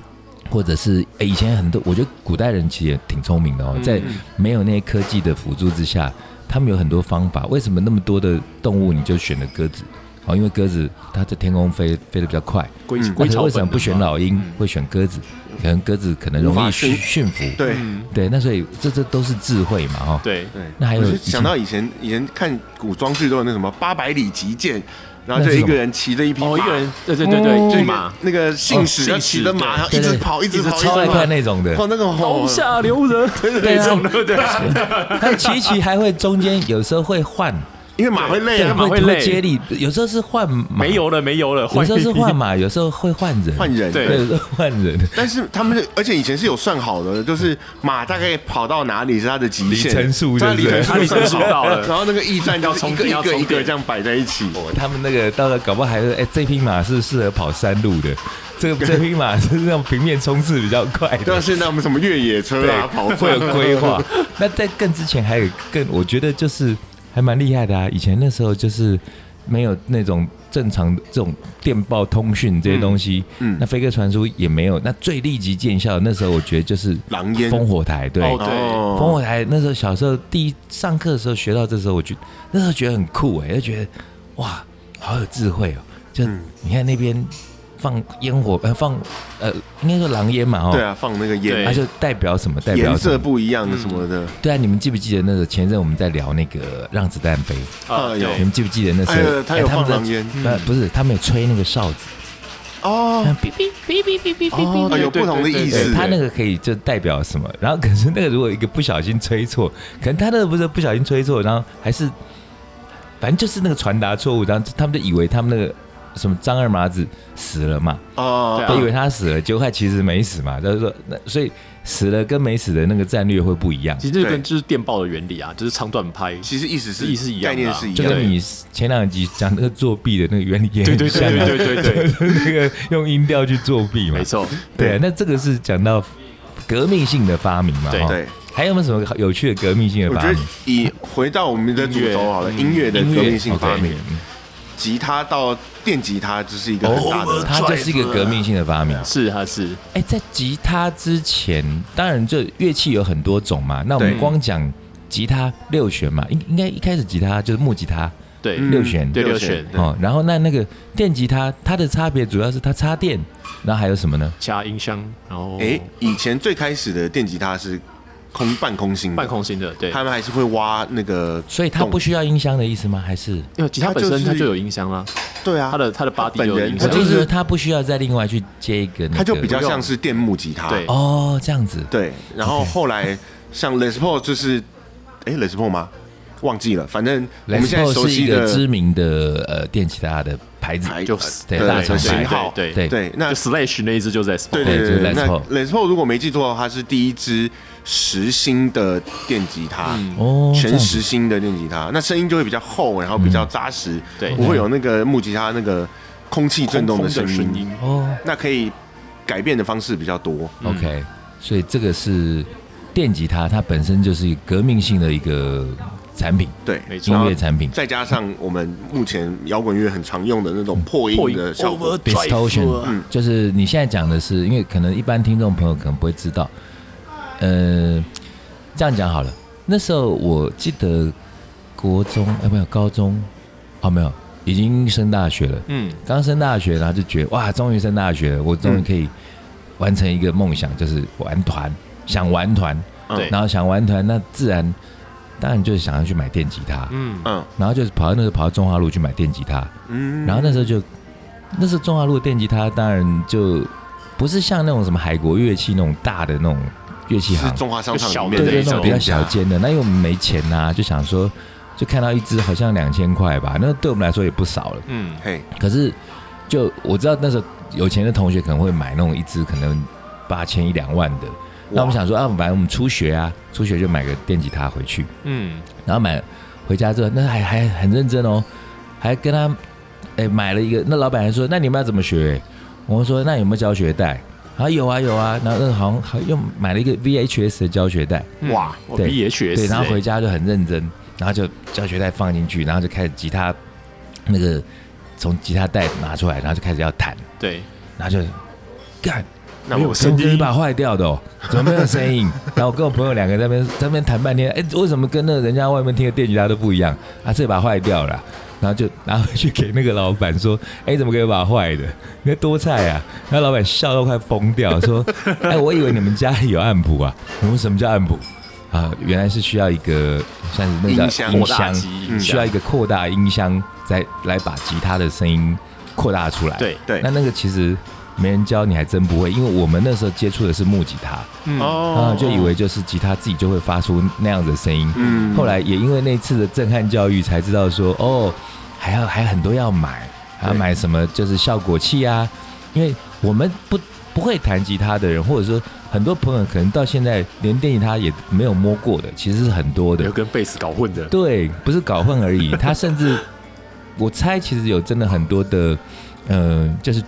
D: 或者是、诶以前很多，我觉得古代人其实也挺聪明的
A: 嗯
D: 哦，在没有那些科技的辅助之下，他们有很多方法。为什么那么多的动物你就选了鸽子？哦，因为鸽子它在天空飞飞得比较快，
C: 归
A: 嗯
C: 归
D: 那
C: 巢
D: 为什么不选老鹰，会选鸽子？可能鸽子可能容
A: 无法
D: 易驯
A: 驯
D: 驯服。
A: 对
D: 对，那所以这这都是智慧嘛，哦。
C: 对，
A: 对。
D: 那还有
A: 我就
D: 以前
A: 想到以前以前看古装剧都有那什么八百里急剑，然后
D: 那
A: 就是一
D: 什么
A: 个人骑着一匹马，
C: 哦，一个人，对对对
D: 嗯
C: 对，
A: 就
C: 骏
A: 一
C: 马
A: 个，那个信使
C: 哦
A: 要骑着马，然后一
D: 对
A: 直
D: 对
A: 跑，一直跑，一直
D: 超爱
A: 跑
D: 看那种的
A: 哇，，那个好
C: 刀下留人，
D: 对
C: 那
D: 啊
C: 种 对不对？
D: 它骑一骑还会中间有时候会换，
A: 因为马会累
D: 对，
A: 啊，
C: 马会累
D: 会接力，有时候是换马，
C: 没油了，没油了，
D: 有
C: 换
D: 时候是
C: 一批
D: 换马，有时候会换人，
A: 换人。
C: 对
D: 对，有时候换人，
A: 但是他们，而且以前是有算好的，就是马大概跑到哪里是它的极限，
D: 里程数
A: 它
D: 是不是
A: 里程数算好
C: 它里程数到 了
A: 然后那个驿站要
C: 要
A: 从
C: 充
A: 一个
C: 电
A: 一
C: 要
A: 个
C: 充
A: 一个
C: 电
A: 这样摆在一起。
D: 他们那个到了搞不好还是哎，这匹马是适合跑山路的，这个这匹马是那种平面冲刺比较快
A: 对啊，
D: 的。
A: 现在我们什么越野车啊，跑
D: 会有规划。那在更之前还有更，我觉得就是还蛮厉害的啊。以前那时候就是没有那种正常的这种电报通讯这些东西，
A: 嗯嗯
D: 那飞鸽传书也没有。那最立即见效的那时候，我觉得就是
A: 狼烟
D: 烽火台，对，
C: 哦
A: 哦
D: 烽火台那时候小时候第一上课的时候学到，这时候我觉得那时候觉得很酷哎、就觉得哇，好有智慧哦、就、
A: 嗯
D: 你看那边放烟火，呃，放呃，应该说狼烟嘛哦，
A: 对，啊，放那个嗯
C: 对
A: 烟
D: 它、，就代表什么？代表
A: 颜
D: 什
A: 色
D: 么？
A: 不一样什么的。
D: 对啊，你们记不记得那个前阵我们在聊那个让子弹飞？
A: 哎
C: 啊，对
A: 呦
D: 你们记不记得那时
A: 哎
D: 候
A: 呦他有
D: 哎们
A: 放
D: 在
A: 狼烟
D: 呃，
C: 嗯
D: 不是，他们有吹那个哨子，
A: 哦
D: 嗯
E: 哔哔哔哔哔哔哔哔
A: 哦，有不同的意
C: 对
A: 思
D: 对。他那个可以就代表什么？然后可是那个如果一个不小心吹错，可能他那个不是不小心吹错，然后还是反正就是那个传达错误，然后他们就以为他们那个什么张二麻子死了嘛，
A: 哦
C: 对啊
D: 都以为他死了，结果他其实没死嘛。他就说那所以死了跟没死的那个战略会不一样，
C: 其实这
A: 对
C: 跟就是电报的原理啊，就是长短拍，
A: 其实意思是
C: 意思一样啊
A: 概念是一
D: 就
A: 样的
D: 跟。你前两集讲那个作弊的那个原理也
C: 对
D: 很
C: 对
D: 像、
C: 对
D: 啊，
C: 对对对 对，
D: 那个用音调去作弊嘛
C: 嗯没。错，
D: 对，那这个是讲到革命性的发明嘛？
C: 对
D: 哈
A: 对，
D: 还有没有什么好有趣的革命性
A: 我
D: 的
A: 觉
D: 发
A: 得
D: 明？
A: 以回到我们的主轴好了，
C: 音
A: 音乐
C: 乐
A: 的
D: 音
A: 革
D: 乐
A: 命性发明，
D: OK，
A: 吉他到电吉他，这是一个很大
D: 哦
A: 的，嗯
D: 它就是一个革命性的发明。
C: 是它是
D: 哎，在吉他之前，当然这乐器有很多种嘛。那我们
A: 对
D: 光讲吉他六弦嘛，应应该一开始吉他就是木吉他
C: 对
A: 嗯
D: 六弦
C: 对
A: 六
C: 六
A: 弦
C: 弦
A: 对
D: 哦，然后那那个电吉他它的差别主要是它插电，然后还有什么呢？
C: 加音箱，然后
A: 哎，以前最开始的电吉他是空半空心的，
C: 半空心的，对，
A: 他们还是会挖那个，
D: 所以它不需要音箱的意思吗？还是
C: 因为吉他
A: 它
C: 本
A: 就是
C: 身它就有音箱啦，
A: 对啊，
C: 它的它的 body
A: 本
C: 就有
A: 人
C: 音
A: 它
D: 我
C: 箱
A: 就
D: 就是是说它不需要再另外去接一个那个，
A: 它就比较像是电木吉他，
C: 对
D: 哦这样子。
A: 对，然后后来像 Les Paul 就是，哎，Les Paul 吗？忘记了，反正我们现在
D: Les Paul
A: 熟
D: 是
A: 悉
D: 一
A: 的
D: 个知名的呃电吉他的牌子，
A: 牌
C: 就
A: 呃
C: 是
D: 对
A: 对
D: 大厂
A: 型
D: 牌
A: 号
C: 对
D: 对
A: 对，那
C: 就 Slash 那一只就在 Spot，
A: 对
D: 对
A: 对
D: 就是
A: 对对，
D: Les
A: 那
D: Paul
A: Les Paul 如果没记错的话，它是第一支实心的电吉他，
D: 哦这
A: 全
D: 样子
A: 实心的电吉他，那声音就会比较厚，然后比较扎
D: 嗯
A: 实，
C: 对
A: 不会有那个木吉他那个空气震动
C: 的
A: 声
C: 声音，
D: 哦
A: 那可以改变的方式比较多。
D: ，OK，所以这个是电吉他，它本身就是一个革命性的一个产品，
A: 对，
C: 没错
D: 音乐产品。
A: 再加上我们目前摇滚乐很常用的那种破
C: 破
A: 音
C: 音
A: 的效果，
D: distortion，、就是
C: 嗯
D: 你现在讲的是，因为可能一般听众朋友可能不会知道，呃，这样讲好了。那时候我记得国中，哎、没有高中，哦，没有，已经升大学了。
C: 嗯，
D: 刚升大学，然后就觉得哇，终于升大学了，我终于可以完成一个梦想，就是玩团，想玩团，
A: 嗯
C: 对
D: 然后想玩团，那自然当然就是想要去买电吉他，
C: 嗯，
A: 嗯
D: 然后就是跑到那个跑到中华路去买电吉他，
A: 嗯，
D: 然后那时候就，那时候中华路的电吉他当然就不是像那种什么海国乐器那种大的那种乐器
A: 是
D: 行，
A: 中华商场里
C: 就
A: 面
D: 对
A: 的
D: 对，
A: 一
D: 那
A: 种
D: 种比较
A: 店家
D: 小间的。那因为我们没钱呐、就想说，就看到一支好像两千块吧，那对我们来说也不少了。
C: 嗯，
A: 嘿，
D: 可是就我知道那时候有钱的同学可能会买那种一支可能八千一两万的，那我们想说啊，反正我们初学啊，初学就买个电吉他回去。
C: 嗯，
D: 然后买回家之后，那还还很认真哦，还跟他哎买了一个，那老板还说，那你们要怎么学？我说那有没有教学带？啊有啊有啊，然后那好像好像又买了一个 VHS 的教学带，
C: 嗯
A: 哇，
C: 我
D: 对
C: VHS，
D: 对，然后
C: 欸
D: 回家就很认真，然后就教学带放进去，然后就开始吉他那个从吉他带拿出来，然后就开始要弹，
C: 对，
D: 然后就干。
A: 那
D: 没有
A: 我
D: 声音吧坏掉的、哦，怎么没有声 音？然后我跟我朋友两个在那边在那边谈半天，哎，为什么跟那个人家外面听的电吉他都不一样啊？这把坏掉了啊，然后就拿回去给那个老板说，哎，怎么给我把坏的？你在多菜啊！然后老板笑到快疯掉，说，哎，我以为你们家里有暗谱啊，我们什么叫暗谱？啊，原来是需要一个算是那个
A: 音
D: 叫
A: 箱
D: 音
C: 扩大
D: 箱
C: 机
A: 嗯，
D: 需要一个扩大音箱，再来把吉他的声音扩大出来。
C: 对
A: 对
D: 那那个其实没人教你还真不会，因为我们那时候接触的是木吉他，
C: 嗯，
A: 哦
D: 啊，就以为就是吉他自己就会发出那样的声音。
A: 嗯
D: 后来也因为那次的震撼教育，才知道说哦，还要还有很多要买，还要买什么就是效果器啊，因为我们不不会弹吉他的人，或者说很多朋友可能到现在连电吉他也没有摸过的，其实是很多的
C: 有。跟贝斯搞混的，
D: 对，不是搞混而已，他甚至我猜其实有真的很多的，呃，就是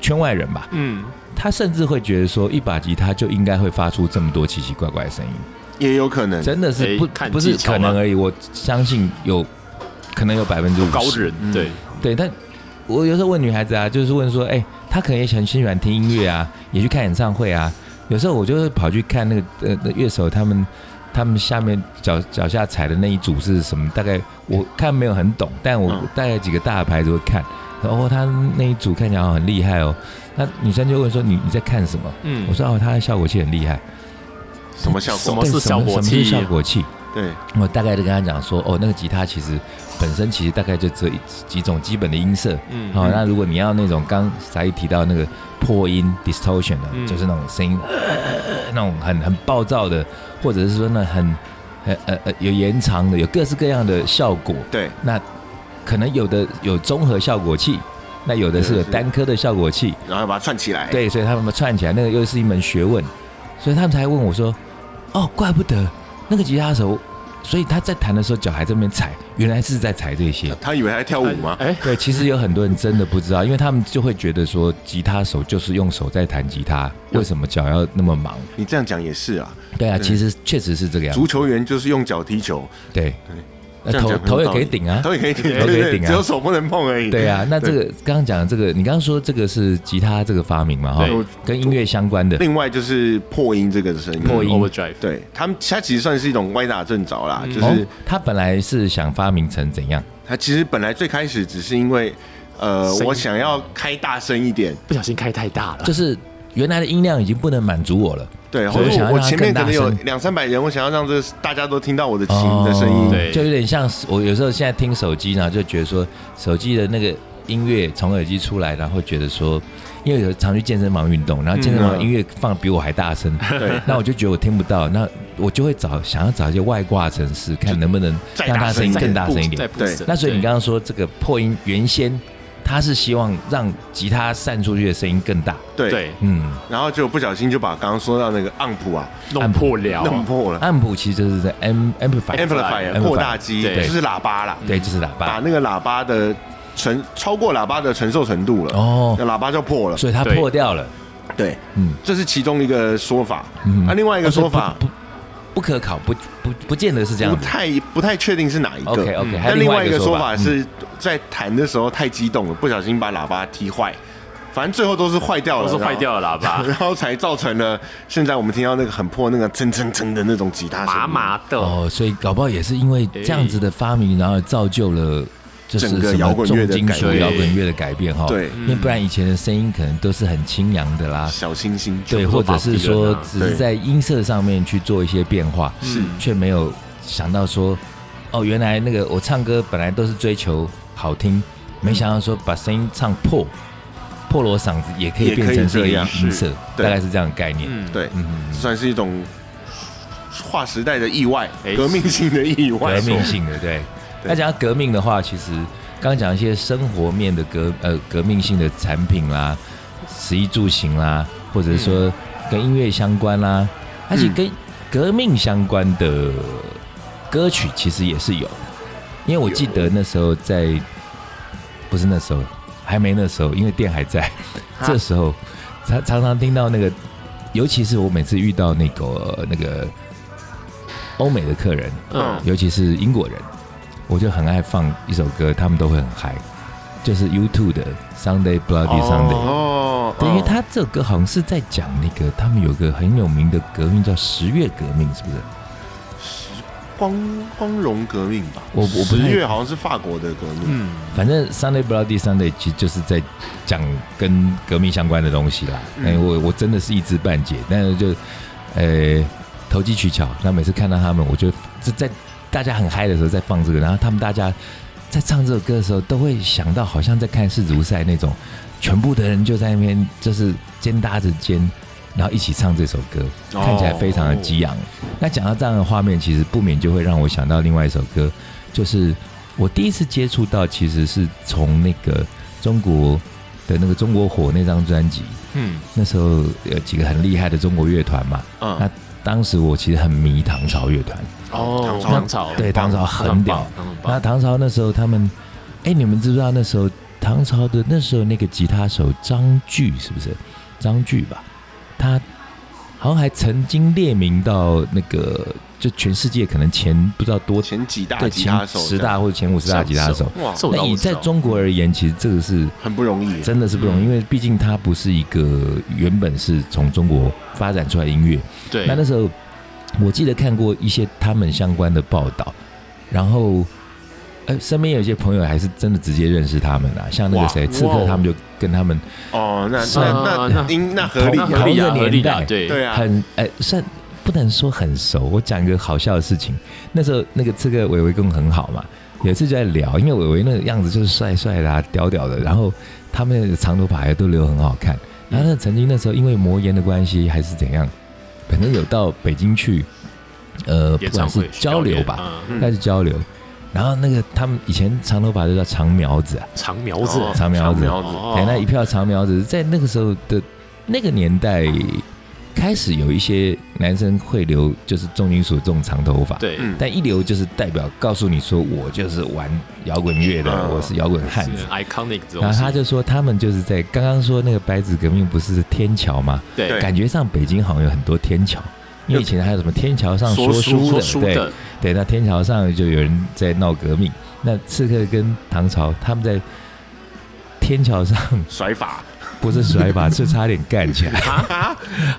D: 圈外人吧，
C: 嗯，
D: 他甚至会觉得说一把吉他就应该会发出这么多奇奇怪怪的声音，
A: 也有可能，
D: 真的是
C: 哎
D: 不
C: 看
D: 不是
C: 技巧
D: 可
C: 嘛
D: 能而已，我相信有可能有百分之五
C: 高
D: 十
C: 人，
A: 嗯
C: 对，
D: 对，但我有时候问女孩子啊，就是问说，哎、她可能也很喜欢听音乐啊，也去看演唱会啊。有时候我就会跑去看那个呃那乐手他们他们下面脚脚下踩的那一组是什么，大概我看没有很懂，但我
A: 嗯
D: 大概几个大的牌子会看。然后、哦、他那一组看起来好像很厉害哦，那女生就问说你你在看什么？
C: 嗯
D: 我，说哦，他的效果器很厉害。
A: 什么效
C: 什
A: 果？
C: 么
D: 对
C: 是效果
D: 什么是
C: 器
D: 效果器？
A: 对，
D: 我大概就跟他讲说，哦，那个吉他其实本身其实大概就只有一几种基本的音色，
C: 嗯
D: 好、那如果你要那种刚才提到那个破音 distortion 的，
C: 嗯
D: 就是那种声音，呃那种很很暴躁的，或者是说那很呃呃呃有延长的，有各式各样的效果。
A: 对，
D: 那可能有的有综合效果器，那有的是
A: 有
D: 有
A: 的是
D: 单颗的效果器，
A: 然后要把它串起来，，
D: 对，所以他们串起来那个又是一门学问，所以他们才问我说：“哦，怪不得那个吉他手，所以他在弹的时候脚还在那边踩，原来是在踩这些。”
A: 他以为他在跳舞吗？
C: 哎，
D: 对，其实有很多人真的不知道，因为他们就会觉得说，吉他手就是用手在弹吉他，为什么脚要那么忙？
A: 你这样讲也是啊，
D: 对啊，其实确实是这个样子。
A: 足球员就是用脚踢球，
D: 对，呃
A: 这样
D: 头
A: 讲很有
D: 头也
A: 道理
D: 可以顶啊，
A: 头也可以顶，
D: 头也可以
A: 对对
D: 顶啊
A: 只有手不能碰而已。
D: 对啊，那这个刚刚讲的这个，你刚刚说这个是吉他这个发明嘛，哈
C: 对，
D: 跟音乐相关的，
A: 另外就是破音这个声音，哦
D: 破音
C: 嗯 overdrive，
A: 对他们，它其实算是一种歪打正着啦，就
D: 哦
A: 是，
D: 他本来是想发明成怎样？
A: 它其实本来最开始只是因为，呃，
C: 声音
A: 我想要开大声一点，
C: 不小心开太大了，
D: 就是原来的音量已经不能满足我了，
A: 对，或
D: 所以
A: 者
D: 想要
A: 我我
D: 让它
A: 前面可
D: 更大
A: 能有
D: 声
A: 两三百人，我想要让这大家都听到我的琴
D: 哦
A: 的声音，
C: 对
D: 就有点像是我有时候现在听手机，然后就觉得说手机的那个音乐从耳机出来，然后会觉得说，因为有常去健身房运动，然后健身
A: 嗯
D: 房
A: 嗯
D: 音乐放得比我还大声，
A: 对
D: 那我就觉得我听不到，那我就会找想要找一些外挂城市，看能不能
A: 再
D: 让
A: 大
D: 它
A: 声
D: 声音
A: 再
D: 更大声一点
C: 再。
A: 对
C: boost，
D: 那所以你
C: 对
D: 刚刚说这个破音原先。他是希望让吉他散出去的声音更大，
A: 对
C: 对
D: 嗯，
A: 然后就不小心就把刚刚说到那个 amp 啊
C: 弄破了，
A: 弄破了
D: 暗谱其实就是在 am amplify，
A: ，amplifier
D: 啊 amplifier，
A: 扩大机
C: 对
A: 就是喇叭啦，
D: 对，就是喇
A: 把
D: 叭，
A: 那个喇叭的承超过喇叭的承受程度了，
D: 哦
A: 那喇叭就破了，
D: 所以它
C: 对
D: 破掉了，
A: 对，
D: 嗯，
A: 这是其中一个说法。
D: 嗯哦
A: 那、另外一个说法
D: 不不不可考，不不不见得是这样
A: 不
D: 子。
A: 太不太确定是哪一个。
D: OK
C: 嗯
D: OK，还有
A: 但另外一个说法
D: 嗯
A: 是在弹的时候太激动了，不小心把喇叭踢坏，反正最后都是坏掉了，
C: 都是坏掉了喇
A: 然后，
C: 叭
A: 然后才造成了现在我们听到那个很破那个蹭蹭蹭的那种吉他声音
C: 麻麻的，
D: 哦，所以搞不好也是因为这样子的发明，然后造就了。就是
A: 整个
D: 什么
A: 摇滚乐的
D: 重金属
A: 改
C: 变
D: 摇滚乐的改变哈，
A: 对嗯
D: 因为不然以前的声音可能都是很清扬的啦，
A: 小清新，
D: 对，
C: 全
D: 或
C: 部都
D: 者
C: 是
D: 是
C: 法国人
D: 说
C: 啊
D: 只是
A: 对
D: 在音色上面去做一些变化，
A: 是
D: 却没有想到说，哦，原来那个我唱歌本来都是追求好听，
A: 嗯
D: 没想到说把声音唱破，破了我嗓子也可以
A: 也可以
D: 变成是
A: 这
D: 一个
A: 样
D: 音色，
A: 对
D: 大概是这样的概念。
C: 嗯，
A: 对，
D: 嗯，
A: 算是一种划时代的意外，
C: 哎
A: 革命性的意外，
D: 革命性的对。
A: 对
D: 那讲到革命的话，其实刚刚讲一些生活面的革呃革命性的产品啦，食衣住行啦，或者说跟音乐相关啦，而且跟革命相关的歌曲其实也是有，因为我记得那时候在不是那时候，还没那时候，因为店还在， 这时候常常常听到那个，尤其是我每次遇到那个呃那个欧美的客人，
C: 嗯
D: 尤其是英国人，我就很爱放一首歌，他们都会很嗨，就是 U2 的 Sunday Bloody Sunday。
A: 哦，
D: 对，因为他这首歌好像是在讲那个他们有个很有名的革命叫十月革命，是不是？
A: 光光荣革命吧，
D: 我我不
A: 十
D: 太
A: 月好像是法国的革命，
C: 嗯，
D: 反正 Sunday Bloody Sunday 其实就是在讲跟革命相关的东西啦。哎、我我真的是一知半解，但是就呃投机取巧。那每次看到他们，我就在在大家很嗨的时候在放这个，然后他们大家在唱这首歌的时候，都会想到好像在看世足赛那种，全部的人就在那边就是肩搭着肩，然后一起唱这首歌，
A: 哦
D: 看起来非常的激昂。那讲到这样的画面，其实不免就会让我想到另外一首歌，就是我第一次接触到，其实是从那个中国的那个《中国火》那张专辑，
C: 嗯，
D: 那时候有几个很厉害的中国乐团嘛，
A: 嗯
D: 那当时我其实很迷唐朝乐团，
C: 哦，
A: 唐朝
C: 唐朝，
D: 对唐朝很
C: 很
D: 屌
C: 棒，。很
D: 那
C: 棒，
D: 唐朝那时候他们，哎，你们知不知道那时候唐朝的那时候那个吉他手张炬是不是？张炬吧，他好像还曾经列名到那个就全世界可能前不知道多
A: 前几大
D: 对
A: 吉他
D: 前
A: 手
D: 十大或者前五十大吉他手。
A: 哇，
C: 这我啊
D: 那
C: 倒
D: 以
C: 不知
D: 在
C: 道
D: 中国而言，其实这个是
A: 很不容易，
D: 真的是不容易，因为毕竟它不是一个原本是从中国发展出来的音乐。
C: 对，
D: 那那时候我记得看过一些他们相关的报道，然后呃，身边有一些朋友还是真的直接认识他们啊，像那
A: 哇
D: 个谁刺
A: 哇哦
D: 客，他们就跟他们
A: 哦，那
C: 是
A: 那
C: 啊
A: 那
C: 那
A: 应那合理
C: 那
A: 啊，
C: 合理啊，
D: 同一个
C: 合理
D: 年
C: 啊，
D: 代
C: 对
A: 对啊，
D: 很呃算。不能说很熟，我讲一个好笑的事情。那时候那个刺客伟伟跟我很好嘛，有一次就在聊，因为伟伟那个样子就是帅帅的、啊、屌屌的，然后他们的长头发也都留很好看。然后那曾经那时候因为魔岩的关系还是怎样，反正有到北京去，呃，不
C: 演
D: 管
C: 唱
D: 是
C: 会
D: 交流吧，，
C: 嗯
A: 嗯
D: 那就交流。然后那个他们以前长头发都叫长苗子啊，
C: 长苗子，
A: 哦
D: 长苗
A: 长
D: 子
A: 苗子
C: 哦
D: 哎、那一票长苗子在那个时候的那个年代开始有一些男生会留就是重金属这种长头发，，
C: 对，
A: 嗯，
D: 但一留就是代表告诉你说我就是玩摇滚乐的，
A: 嗯
D: 我是摇滚汉
C: 是啊
D: 子。
C: iconic 这
D: 然
C: 种
D: 后
C: 事，
D: 他就说他们就是在刚刚说那个白纸革命不是天桥吗？
C: 对
A: 对
D: 感觉上北京好像有很多天桥，因为以前还有什么天桥上
C: 说
D: 书
C: 说
D: 的，
C: 书
D: 对
C: 的，
D: 对，那天桥上就有人在闹革命，那刺客跟唐朝他们在天桥上
A: 甩法，
D: 不是甩把，是差点干起 来。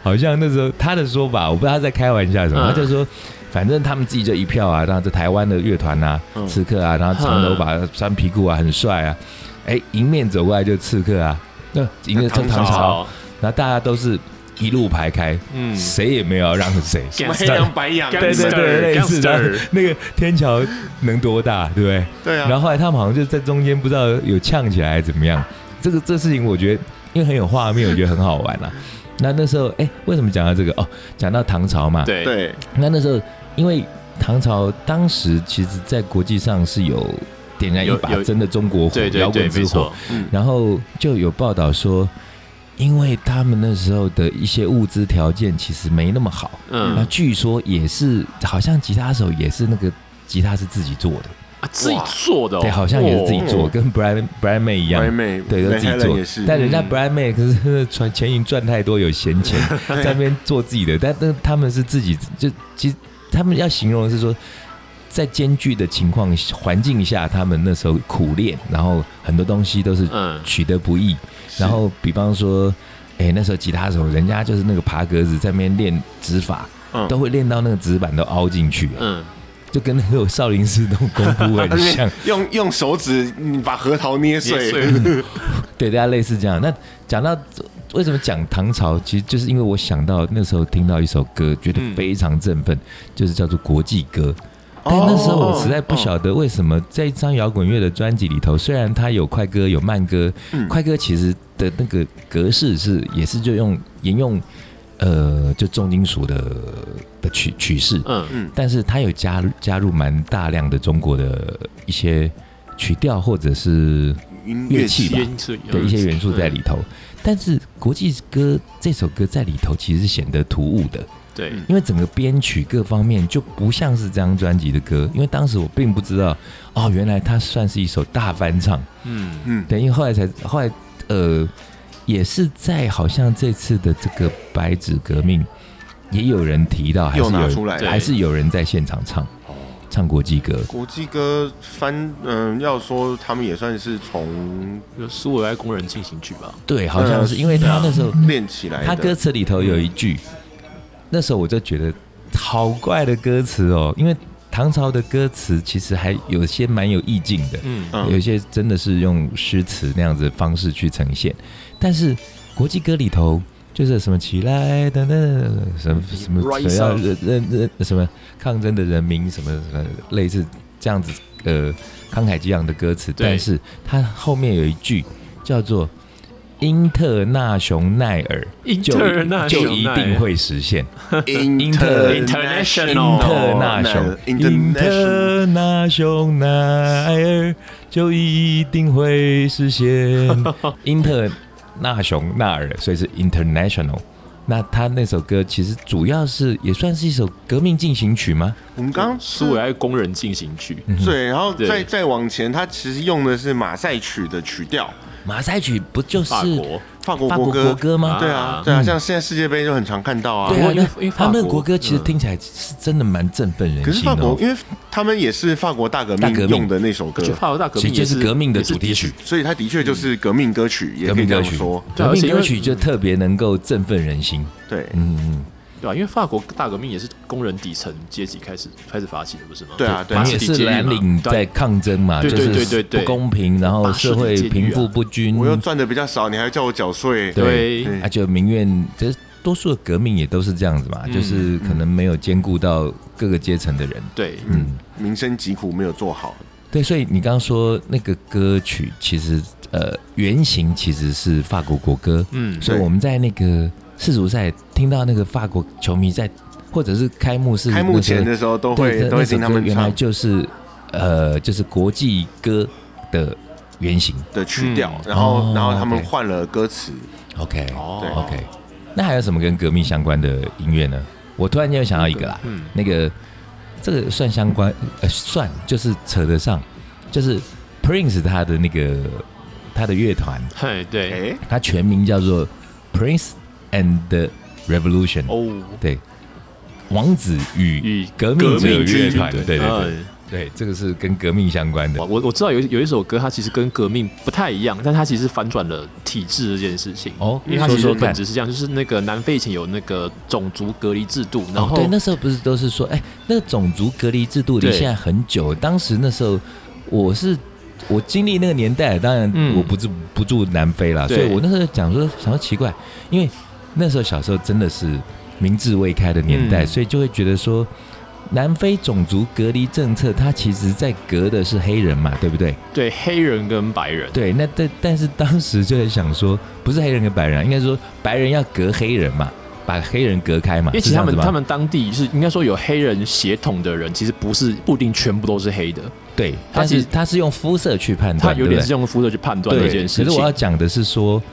D: 好像那时候他的说法，我不知道他在开玩笑什么，
C: 嗯
A: 啊
D: 他就说。反正他们自己就一票啊，然后这台湾的乐团啊，
A: 嗯
D: 刺客啊，然后长头发、穿皮裤啊，很帅啊，哎，迎面走过来就刺客啊，那迎面
A: 唐
D: 唐朝，啊
C: 朝，
D: 然后大家都是一路排开，
C: 嗯，
D: 谁也没有要让谁，
A: 什么黑羊白羊，
C: 对
D: 对对对，类似的
C: Gangster，
D: 那个天桥能多大，对不对？
A: 对啊，
D: 然后后来他们好像就在中间不知道有呛起来还是怎么样，这个这事情我觉得因为很有画面，我觉得很好 玩啦、啊那那时候哎，为什么讲到这个？哦，讲到唐朝嘛，。
C: 对，
A: 对，
D: 那那时候因为唐朝当时其实在国际上是有点燃一
C: 有
D: 把
C: 有
D: 真的中国火
C: 对，对
D: 摇
C: 对，
D: 滚之
C: 没
D: 火
C: 错，，
A: 嗯
D: 然后就有报道说，因为他们那时候的一些物资条件其实没那么好，那
C: 嗯，
D: 据说也是好像吉他手也是那个吉他是自己做的，
C: 啊自己做的哦，
D: 对，好像也是自己做，
A: 哦
D: 跟 Brian Brian May 一样。
A: 白妹，
D: 对，都自己
A: Helen 也
D: 做
A: 是，，
D: 但人家
C: 嗯
D: Brian May 可是真的赚钱银赚太多，有闲钱在那边做自己的，但但他们是自己就其实他们要形容的是说，在艰巨的情况环境下，他们那时候苦练，然后很多东西都是
C: 嗯，
D: 取得不易，
A: 是
D: 然后比方说，哎、那时候吉他手人家就是那个爬格子在那边练指法，
A: 嗯
D: 都会练到那个指板都凹进去了，
C: 嗯，
D: 就跟那个少林寺那种功 夫很像。
A: 啊用用手指嗯把核桃捏
C: 也
A: 碎，
C: 是
D: 对，大家类似这样。那讲到为什么讲唐朝，其实就是因为我想到那时候听到一首歌，觉得非常振奋，就是叫做《国际歌》。但那时候我实在不晓得为什么在一张摇滚乐的专辑里头，虽然它有快歌有慢歌，快歌其实的那个格式是也是就用沿用呃就重金属的的曲曲式，
C: 嗯，
D: 但是它有加入加入蛮大量的中国的一些曲调或者是
A: 音
D: 乐器吧
C: 烟水
D: 的一些元素在，里头。但是国际歌这首歌在里头其实是显得突兀的，
C: 嗯对，
D: 因为整个编曲各方面就不像是这张专辑的歌。因为当时我并不知道，哦，原来它算是一首大翻唱。
C: 嗯，
A: 嗯，
D: 对，因为后来才后来呃，也是在好像这次的这个白纸革命，也有人提到，还是
A: 又
D: 有
A: 拿
D: 人
A: 出来哦
C: 对
D: 还是有人在现场唱唱国际歌。
A: 国际歌翻，嗯、要说他们也算是从
C: 有苏维埃工人进行曲吧，
D: 对，好像
A: 呃
D: 是因为他那时候
A: 练起来的。
D: 他歌词里头有一句，那时候我就觉得好怪的歌词哦，因为唐朝的歌词其实还有些蛮有意境的，
C: 嗯，
A: 嗯
D: 有些真的是用诗词那样子的方式去呈现，但是国际歌里头。就是什么起来等等什么什么
C: 嗯 Rise
D: 要
C: up
D: 认认认什么抗争的人民什么什么类似这样子呃慷慨激昂的歌词，
C: 对
D: 但是它后面有一句叫做英特纳雄奈尔，
C: 英
D: 就
C: 特尔纳
D: 就一定会实现。英
C: International
D: 特纳雄，英
A: international
D: 特纳雄奈尔就一定会 实现。英特纳雄纳尔，所以是 international。那他那首歌其实主要是也算是一首革命进行曲吗？
A: 我们刚刚
C: 苏维埃工人进行曲，
D: 嗯
A: 对，然后
C: 对
A: 再再往前，他其实用的是马赛曲的曲调，
D: 马赛曲不就是
C: 法国，
A: 法国
D: 法
A: 国
D: 国
A: 歌。
D: 国歌吗？
A: 对啊
C: 啊，
A: 对啊，
D: 嗯
A: 像现在世界杯就很常看到啊。
D: 对啊，
C: 因为
D: 那
C: 因为法
D: 他们的
C: 国
D: 国歌其实
C: 嗯
D: 听起来是真的蛮振奋人
A: 可是
D: 心的
A: 法
D: 哦。
A: 国，因为他们也是法国大革
D: 大
A: 命
D: 革命
A: 用的那首歌，
C: 就法国大革
D: 其
C: 命
D: 实就是
C: 也
D: 革命的
C: 也是
D: 主题曲
A: 所以它的确就是革命歌曲，也
D: 革
A: 可以
D: 命
A: 这
D: 歌
A: 样
D: 曲
A: 说。
C: 对
D: 革
C: 而且
D: 命
C: 因为
D: 歌曲就特别能够振奋人心。
A: 对，
D: 嗯嗯，
C: 对吧、因为法国大革命也是工人底层阶级开始开始发起的，不是吗？
A: 对啊
D: 反正也是蓝领在抗争嘛，
C: 对
D: 就
C: 对对对
D: 是
C: 对
D: 不公平，然后
C: 把
D: 社会
C: 尸体监狱
D: 贫
C: 啊
D: 富不均
A: 我，又赚的比较少，你还叫我缴税，
C: 对
A: 对
D: 啊，就民怨，这多数的革命也都是这样子嘛，
C: 嗯
D: 就是可能没有兼顾到各个阶层的人。
C: 对，
D: 嗯，
A: 民生疾苦没有做好，
D: 对，所以你刚刚说那个歌曲，其实呃，原型其实是法国国歌，
C: 嗯，
D: 所以
A: 对
D: 我们在那个世足赛听到那个法国球迷在，或者是开幕式
A: 开幕
D: 那时候
A: 前的时候都
D: 对，
A: 会
D: 那
A: 都会
D: 那首
A: 听他
D: 歌
A: 们
D: 原来
A: 唱
D: 就是呃，就是国际歌的原型。
A: 的曲调，
C: 嗯
A: 然后
D: 哦
A: 然后他们
D: OK
A: 换了歌词，
D: OK，
A: 对
C: 哦
D: OK，那还有什么跟革命相关的音乐呢？我突然间又想到一个啦，
C: 嗯
D: 那个这个算相关，呃，算就是扯得上，就是 Prince 他的那个他的乐团，
C: 嘿，对，
A: 哎，
D: 他全名叫做 Prince and the Revolution。
C: 哦，
D: 对，王子与
C: 与
D: 革命者
C: 者
D: 乐团，对
A: 嗯
D: 对对
C: 哎
D: 对，这个是跟革命相关的
C: 我。我我知道有有一首歌，它其实跟革命不太一样，但它其实反转了体制这件事情。
D: 哦
C: 因为它
D: 说
C: 其实
D: 说看
C: 本质是这样，就是那个南非以前有那个种族隔离制度，然
D: 哦
C: 后、
D: 对，那时候不是都是说，哎，那个种族隔离制度离
C: 对
D: 现在很久。当时那时候我是我经历那个年代，当然
C: 嗯
D: 我不住、不住南非啦，所
C: 对
D: 以我那时候讲说，想说奇怪，因为那时候小时候真的是明智未开的年代，
C: 嗯
D: 所以就会觉得说。南非种族隔离政策，它其实在隔的是黑人嘛，对不对？
C: 对黑人跟白人，
D: 对，那但但是当时就在想说，不是黑人跟白人啊，应该说白人要隔黑人嘛，把黑人隔开嘛。
C: 因为其
D: 是
C: 实
D: 这
C: 他
D: 样子
C: 们
D: 吗
C: 他们当地是应该说有黑人血统的人，其实不是不一定全部都是黑的，
D: 对，
C: 他
D: 但
C: 其
D: 是
C: 实
D: 他是用肤色去判
C: 他
D: 断，
C: 有
D: 对
C: 点
D: 不
C: 是用肤色去判断
D: 对
C: 这件事
D: 可是我要
C: 情。
D: 讲的是说，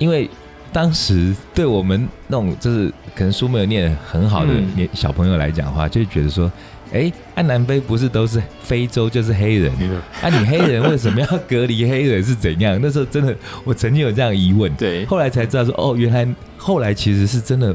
D: 因为当时对我们那种就是可能书没有念得很好的
C: 嗯
D: 年小朋友来讲的话，就会觉得说，哎，啊南非不是都是非洲就是黑人，
C: 嗯
D: 啊你黑人为什么要隔离黑人是怎样？那时候真的我曾经有这样的疑问，
C: 对
D: 后来才知道说，哦，原来后来其实是真的，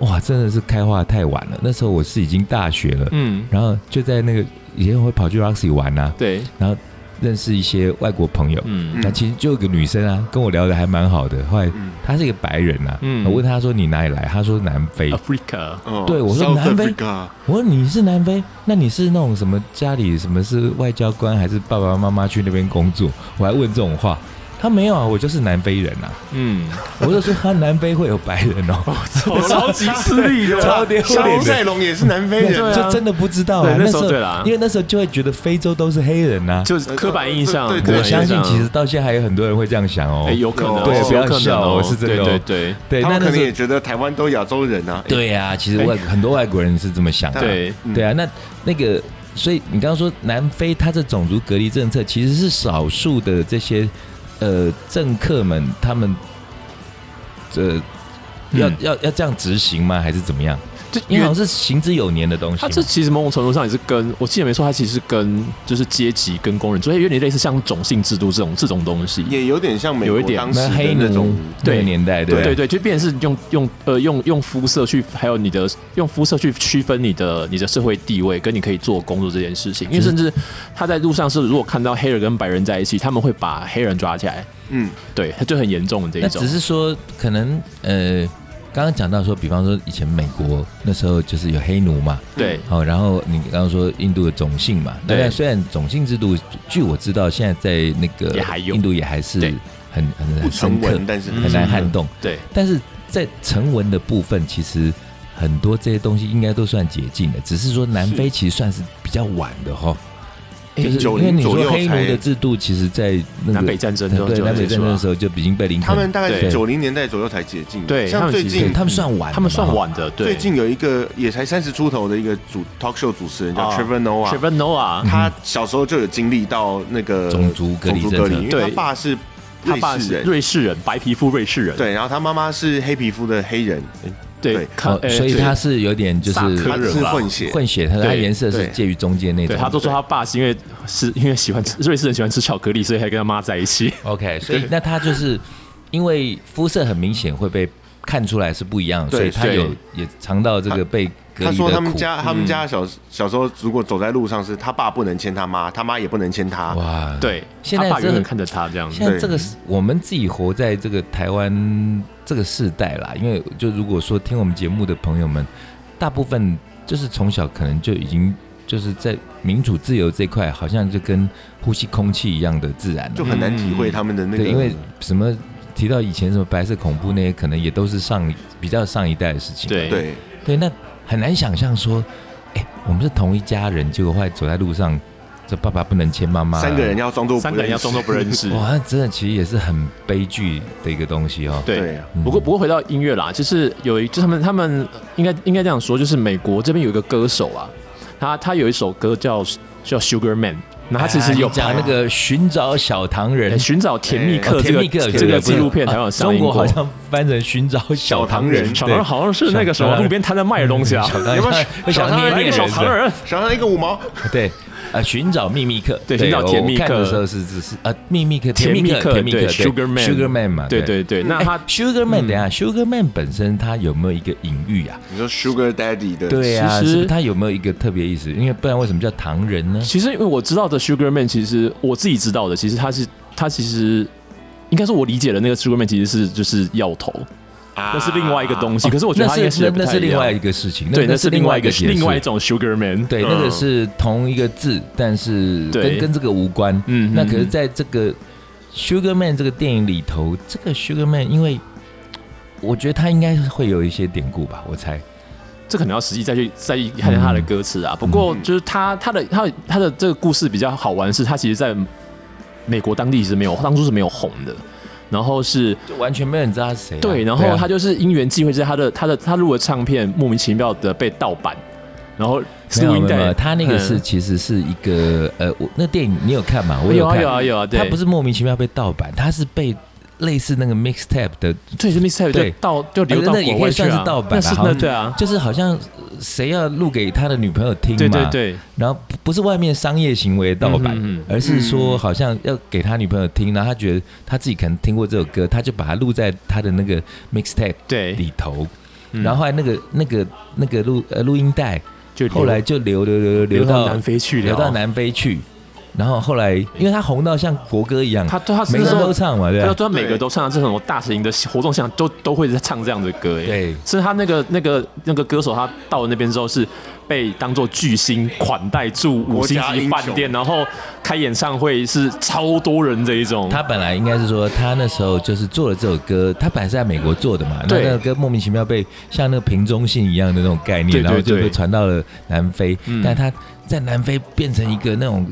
D: 哇，真的是开化得太晚了。那时候我是已经大学了，
C: 嗯，
D: 然后就在那个以前我会跑去 Roxy 玩啊，
C: 对，
D: 然后认识一些外国朋友。
C: 嗯
D: 那其实就有个女生啊，跟我聊的还蛮好的。后来
A: 嗯
D: 她是一个白人啊，
C: 嗯
D: 我问她说你哪里来，她说南非。
C: ，Africa，
A: 哦
D: 对我说
A: South
D: 南非
A: Africa
D: 我说你是南非，那你是那种什么家里什么是外交官，还是爸爸妈妈去那边工作？我还问这种话。她没有啊，我就是南非人 啊。
C: 嗯，
D: 我就说她南非会有白人哦，
C: 我超级吃力的，
D: 超丢
A: 啊小
D: 脸
A: 龙
D: 的
A: 赛。龙也是南非
C: 对
A: 人，
C: 啊
D: 就真的不知道
C: 对
D: 啊，
C: 那时
D: 时
C: 候
D: 候
C: 对啦
D: 因为那时候就会觉得非洲都是黑人呐。
C: 就是刻板印象。
A: 对对
C: 刻板
D: 我
C: 印
D: 相
C: 象
D: 信其实到现在还有很多人会这样想哦
C: 哎，。有可能哦，
A: 对
C: 是
D: 不要
C: 有可能
D: 笑
C: 哦，
D: 哦是真的哦
C: 对对对。
D: 对，
A: 他
D: 那
A: 们
D: 那
A: 可
D: 时
A: 能
D: 候
A: 也觉得台湾都亚洲人啊。
D: 对啊，其实外很多外国人是这么想的。
C: 对，
D: 对啊，那那个，所以你刚刚说南非它这种族隔离政策，其实是少数的这些呃政客们他们呃要、
C: 嗯
D: 要要这样执行吗？还是怎么样？
C: 这
D: 因为好像是行之有年的东西
C: 它
D: 嘛。
C: 这其实某种程度上也是跟我记得没错，它其实是跟就是阶级跟工人，所以有点类似像种姓制度这种这种东西。
A: 也有点像美国
C: 有一点
A: 当时
D: 那
A: 的
D: 黑
A: 那种
D: 奴那个
C: 对
D: 年代，对不
C: 对对，就变成是用用呃用用肤色去，还有你的用肤色去区分你的你的社会地位跟你可以做工作这件事情，因为
D: 就是
C: 甚至他在路上是如果看到黑人跟白人在一起，他们会把黑人抓起来，
A: 嗯，
C: 对，他就很严重的这
D: 那
C: 一种
D: 只。是说，可能呃，刚刚讲到说，比方说以前美国那时候就是有黑奴嘛，
C: 对，
D: 好、然后你刚刚说印度的种姓嘛，
C: 对
D: 那虽然种姓制度，据我知道现在在那个
C: 也还有
D: 印度也还是
C: 对
D: 很很
A: 不成
D: 很深刻
A: 文，，但是
D: 很难撼动，
C: 对，
D: 但是在成文的部分，其实。很多这些东西应该都算解禁的，只是说南非其实算是比较晚的哈，
C: 哎
D: 就是
A: 九
D: 因为
A: 零
D: 你
A: 左
D: 说
A: 右
D: 黑奴
A: 才
D: 的制度，其实在那个
C: 南北战争的时候
D: 对
C: 就有
D: 南北
C: 结
D: 战
C: 束啊
D: 争的
C: 了
D: 时候就已经被林
A: 他
D: 肯
A: 们大概
C: 对
A: 九零年代左右才解禁，
C: 对他
A: 像
C: 们
A: 最
C: 其实
A: 近
D: 对他们算晚的嘛，
C: 他们算晚的，对。
A: 最近有一个也才三十出头的一个主 talk show 主持人叫
C: 啊
A: Trevor
C: t r e
A: Noah，
C: v o r Noah，
A: 他小时候就有经历到那个
D: 嗯种族隔离
A: 种
D: 政策
A: 族隔离，因为他
C: 对
A: 爸是
C: 他爸
A: 瑞士
C: 是
A: 人，
C: 瑞士人，白皮肤瑞士人，
A: 对，然后他妈妈是黑皮肤的黑人，对
C: 对，看哎
D: 哦，
A: 呃
D: 所以
C: 对
D: 他是有点就
C: 萨
D: 是
A: 他
C: 克黑人
A: 是
C: 吧
A: 混血，
D: 混血，它的
C: 对
D: 它颜色是
A: 对
D: 介于中间那
C: 对
D: 种。
C: 他都说他爸是因为是因为喜欢吃瑞士人喜欢吃巧克力，所以才跟他妈在一起。
D: OK，所以那他就是因为肤色很明显会被看出来是不一样，
A: 对
D: 所以他
C: 对
D: 有也尝到这个被隔
A: 他
D: 离
A: 说
D: 的
A: 他们
D: 苦。嗯
A: 家他们家小小时候如果走在路上是他爸不能牵他妈，他妈也不能牵他，
D: 哇，，
C: 对，
D: 现在
C: 他爸
D: 这
C: 永远看着他这样
D: 现
C: 子。
D: 在这个是我们自己活在这个台湾这个世代啦，因为就如果说听我们节目的朋友们，大部分就是从小可能就已经就是在民主自由这块，好像就跟呼吸空气一样的自然了
A: 就。很难体会他们的那个，
D: 嗯对，因为什么提到以前什么白色恐怖那些，可能也都是上比较上一代的事情。
C: 对
A: 对
D: 对，那很难想象说，哎、我们是同一家人，结果后来走在路上，这爸爸不能牵妈妈，
A: 三个人要装作不
C: 三个人要
A: 认识
C: 装作不认识。
D: 哇，那真的其实也是很悲剧的一个东西哦。
C: 对
A: 对，啊
C: 不过不过回到音乐啦，就是有一就他们他们应该应该这样说，就是美国这边有一个歌手啊，他他有一首歌叫叫 Sugar Man，那他其实有
D: 哎呀
C: 拍
D: 你讲那个寻找小糖人
C: 哎。寻找甜蜜
D: 哦
C: 客这
D: 甜蜜
C: 个
D: 客
C: 这个
D: 不
C: 纪
D: 是
C: 录片，台湾
D: 啊
C: 有上
D: 中
C: 映
D: 国好
C: 过。
D: 像翻成寻找小糖人，
C: 小唐人好像是那个什
D: 小
C: 么
D: 唐人嗯
C: 路边摊在卖的东西啊，
D: 小唐人
A: 要不要
D: 会
A: 小
D: 想
A: 唐
D: 捏
A: 人那个
D: 捏人是
C: 小
D: 不是，
C: 唐人，
A: 手上一个五毛，
D: 对，呃，寻找秘密客，
C: 对寻找甜蜜客
D: 我看的时候是是是呃，秘密客，
C: 甜蜜客
D: 甜蜜客
C: 对 Sugar Man
D: Sugar Man 嘛，
C: 对对嗯对，那他
D: 哎 Sugar Man，等一下 Sugar Man 本身它有没有一个隐喻啊？
A: 你说 Sugar Daddy 的，
D: 对啊，
C: 其
D: 是
C: 实
D: 不是它有没有一个特别意思？因为不然为什么叫唐人呢？
C: 其实因为我知道的 Sugar Man，其实我自己知道的，其实他是他其实应该是我理解的那个 Sugar Man 其实是就是药头，
A: 啊
C: 那是另外一个东西。可是我觉得
D: 那
C: 他应该
D: 是
C: 写的
D: 那
C: 不
D: 那
C: 太
D: 是
C: 一
D: 另外
C: 样。
D: 一个事情，
C: 对，
D: 那
C: 那是另外一个
D: 解释
C: 另外一种 Sugar Man。
D: 对，那个是同一个字，但是
C: 嗯对
D: 跟跟这个无关。
C: 嗯
D: 那
C: 嗯
D: 可是
C: 嗯
D: 在这个《Sugar Man》这个电影里头，这个 Sugar Man，因为我觉得他应该会有一些典故吧，我猜。
C: 这可能要实际再去再去看一下他的歌词啊。不过就是他他的他的他的这个故事比较好玩，是他其实在美国当地是没有当初是没有红的，然后是
D: 就完全没有人知道他是谁啊、
C: 对，然后
D: 啊
C: 他就是因缘际会之下，他的他的他录的唱片莫名其妙的被盗版，然后
D: 没
C: 录
D: 有
C: 音
D: 没有没
C: 带
D: 有，，他那个是
C: 嗯
D: 其实是一个呃，我那电影你有看吗？我
C: 有啊
D: 看，
C: 有啊有啊，对，
D: 他不是莫名其妙被盗版，他是被类似那个 mixtape 的，
C: 对，是 mixtape
D: 对
C: 就到就流到
D: 那也
C: 国
D: 可
C: 外
D: 以
C: 去
D: 算是
C: 啊，
D: 盗版
C: 那
D: 啊
C: 是
D: 好
C: 那
D: 像
C: 对啊，
D: 就是好像呃谁要录给他的女朋友听嘛，
C: 对对对，
D: 然后不不是外面商业行为的盗版，
C: 嗯嗯嗯
D: 而是说好像要给他女朋友听，然后他觉得他自己可能听过这首歌，他就把它录在他的那个 mixtape
C: 对
D: 里头，
C: 嗯
D: 然后后来那个那个那个录呃录音带，
C: 就流
D: 后来就流流流流
C: 流
D: 到
C: 到南非去了，
D: 流到南非去，然后后来因为他红到像国歌一样，
C: 他他那
D: 每个
C: 时
D: 人
C: 候
D: 都唱嘛，
C: 对
D: 对吧
C: 啊，？对啊，每个都唱这种大型的活动像都都会在唱这样的歌，哎，
D: 对
C: 是他那个那个那个歌手，他到了那边之后是被当做巨星款待住五星级饭店，然后开演唱会是超多人这一种，
D: 他本来应该是说，他那时候就是做了这首歌，他本来是在美国做的嘛，那
C: 对
D: 那首歌莫名其妙被像那个瓶中信一样的那种概念，
C: 对对
D: 然后就
C: 对
D: 被传到了南非，
C: 嗯
D: 但他在南非变成一个那种。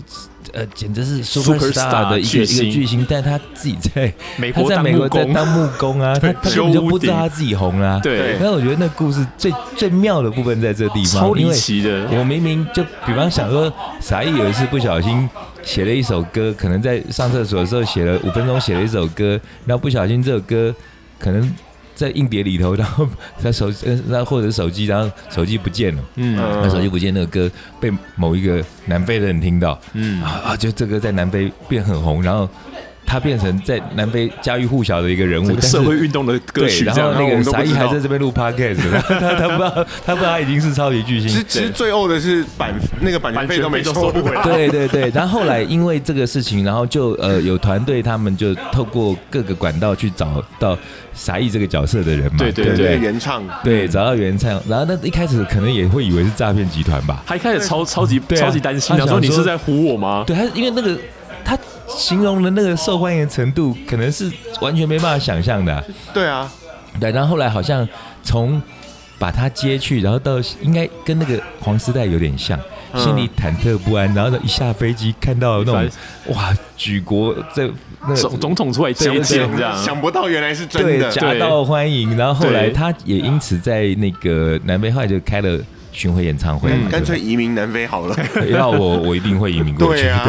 D: 呃，简直是 super star
C: Superstar
D: 的一个
C: 巨星
D: 一个巨星，但他自己在
C: 美
D: 他
C: 国
D: 在
C: 当
D: 美
C: 木
D: 国在
C: 工
D: 当木工啊，他 他根本就
B: 修屋顶
D: 不知道他自己红啦、
C: 对，
D: 那我觉得那故事最最妙的部分在这地方，
C: 超离
D: 因为
C: 奇的，
D: 我明明就比方想说，傻一有一次不小心写了一首歌，可能在上厕所的时候写了五分钟，写了一首歌，然后不小心这首歌可能在硬碟里头，然后他手呃那或者手机，然后手机不见了，
C: 嗯
D: 那手机不见那个歌被某一个南非的人听到，
C: 嗯
D: 啊，啊，就这个在南非变很红，然后他变成在南非家喻户晓的一个人物，
C: 整
D: 但
C: 个
D: 是
C: 社会运动的歌
D: 对，
C: 曲
D: 然
C: 这
D: 后
C: 样，
D: 那
A: 然后
D: 个
A: 我们都不
D: 傻一
A: 知道
D: 还在这边录 podcast，他 他他不知道他不知道他已经是超级巨星
A: 其实，其实最呕的是版那个版权费都没收
C: 版权费都收不回来
D: 对对对，然后后来因为这个事情，然后就呃有团队他们就透过各个管道去找到傻义这个角色的人嘛，
C: 对对
D: 不
A: 对
D: 对
A: 那个原唱，
D: 对找到原唱，然后那一开始可能也会以为是诈骗集团吧，
C: 他一开始超超级
D: 对啊
C: 超级担心，
D: 他
C: 想说
D: 想
C: 你是
D: 说
C: 在唬我吗？
D: 对他因为那个他形容的那个受欢迎的程度，可能是完全没办法想象的啊、
A: 对啊，
D: 对，然后后来好像从把他接去，然后到应该跟那个黄丝带有点像，心里忐忑不安，然后一下飞机看到那种哇，举国在那
C: 总
D: 个。
C: 总统出来接
D: 对
C: 见
D: 我
C: 这样，
A: 想不到原来是真
D: 对，
A: 的，
D: 夹
C: 对
D: 道欢迎，然后后来
C: 对
D: 他也因此在那个南非后来就开了巡回演唱会
C: 嗯
D: 嘛，
A: 干
D: 对
A: 脆移民南非好了。
D: 吧要我我一定会移民 过去，
A: 对啊，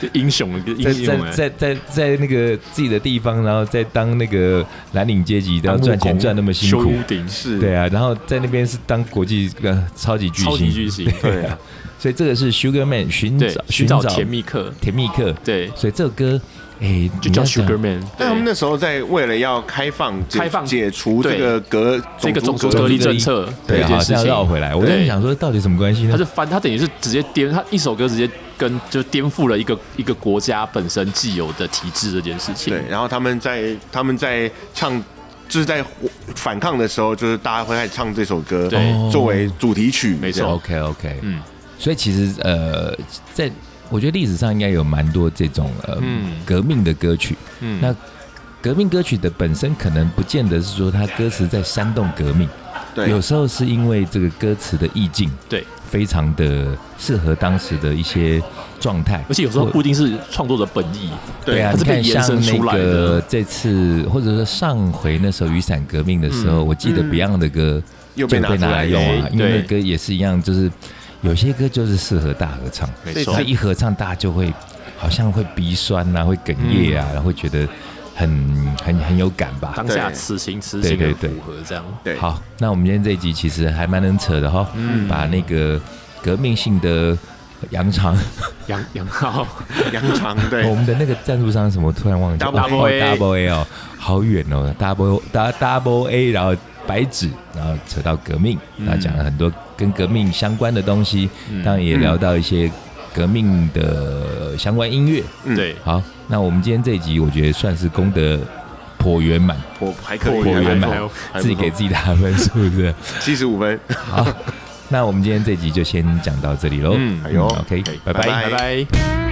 C: 就英雄的英
D: 在
C: 雄哎
D: 在在在在那个自己的地方，然后再当那个蓝领阶级，然后赚钱赚那么辛
C: 修
D: 苦，
C: 屋顶
A: 是，
D: 对啊，然后在那边是当国际呃超级巨
C: 超级
D: 星，
C: 巨星，
A: 对啊，
D: 所以这个是 Sugar Man 寻
C: 对
D: 找，
C: 寻找甜蜜客，
D: 甜蜜客，
C: 对，
D: 所以这首歌哎
C: 就叫 Sugar
D: Man，
C: Man，
A: 但他们那时候在为了要开放、解
C: 开放
A: 解除这
C: 对
A: 个隔
C: 这个种族
A: 隔
C: 隔离
A: 离，
C: 政策
D: 对，
C: 这
D: 好
C: 件事
D: 像
C: 情
D: 绕回来，我
C: 对
D: 在想说到底什么关系呢
C: 他？就翻，他等于是直接颠，他一首歌直接跟就颠覆了一个一个国家本身既有的体制这件事情。
A: 对，然后他们在他们在唱。就是在反抗的时候，就是大家会开始唱这首歌，
C: 对
A: 哦作为主题曲，
C: 没错
A: 这样
D: OK OK，
C: 嗯
D: 所以其实呃，在我觉得历史上应该有蛮多这种呃、
C: 嗯
D: 革命的歌曲，
C: 嗯
D: 那革命歌曲的本身可能不见得是说它歌词在煽动革命，
A: 对，
D: 有时候是因为这个歌词的意境
C: 对，
D: 非常的适合当时的一些状态，
C: 而且有时候
D: 或
C: 不一定是创作者本意，
D: 对
C: 它
D: 啊，你
C: 是被
D: 看
C: 延
D: 像
C: 伸
D: 那
C: 出来的。
D: 个这次或者说上回那时候雨伞革命的时候，
C: 嗯
D: 我记得 Beyond 的歌
A: 又被
D: 就
A: 拿
D: 被
A: 出
D: 拿来用啊，
C: 对
D: 因为
C: 对
D: 那歌也是一样，就是有些歌就是适合大合唱，
C: 没
A: 这
C: 错
D: 它，一合唱大家就会好像会鼻酸啊，会哽咽啊，然后会觉得很很很有感吧。
C: 当下此情此
D: 对
C: 景
D: 对
C: 的
D: 对
C: 符合这样。
A: 对，
D: 好，
C: 嗯
D: 那我们今天这一集其实还蛮能扯的哈，把那个革命性的羊肠，
C: 杨杨浩，
A: 羊肠
D: 哦我
A: 对，
D: 们的那个赞助商是什么，突然忘记
C: Double
D: 哦哦
C: A
D: double A 哦，好远哦，double d double A，然后白纸，然后扯到革命，然后讲了很多跟革命相关的东西，当然也聊到一些革命的相关音乐。
A: 嗯
C: 对，
D: 好，那我们今天这一集，我觉得算是功德颇圆满，
A: 我还可以，
D: 颇圆
C: 还
D: 满
C: 不，
A: 还
D: 自己给自己打分数是不是？
A: 七十五分，
D: 好，那我们今天这集就先讲到这里喽。
A: 嗯哎呦
D: ，OK，
A: 哎
D: 拜拜
A: 拜
C: 拜拜。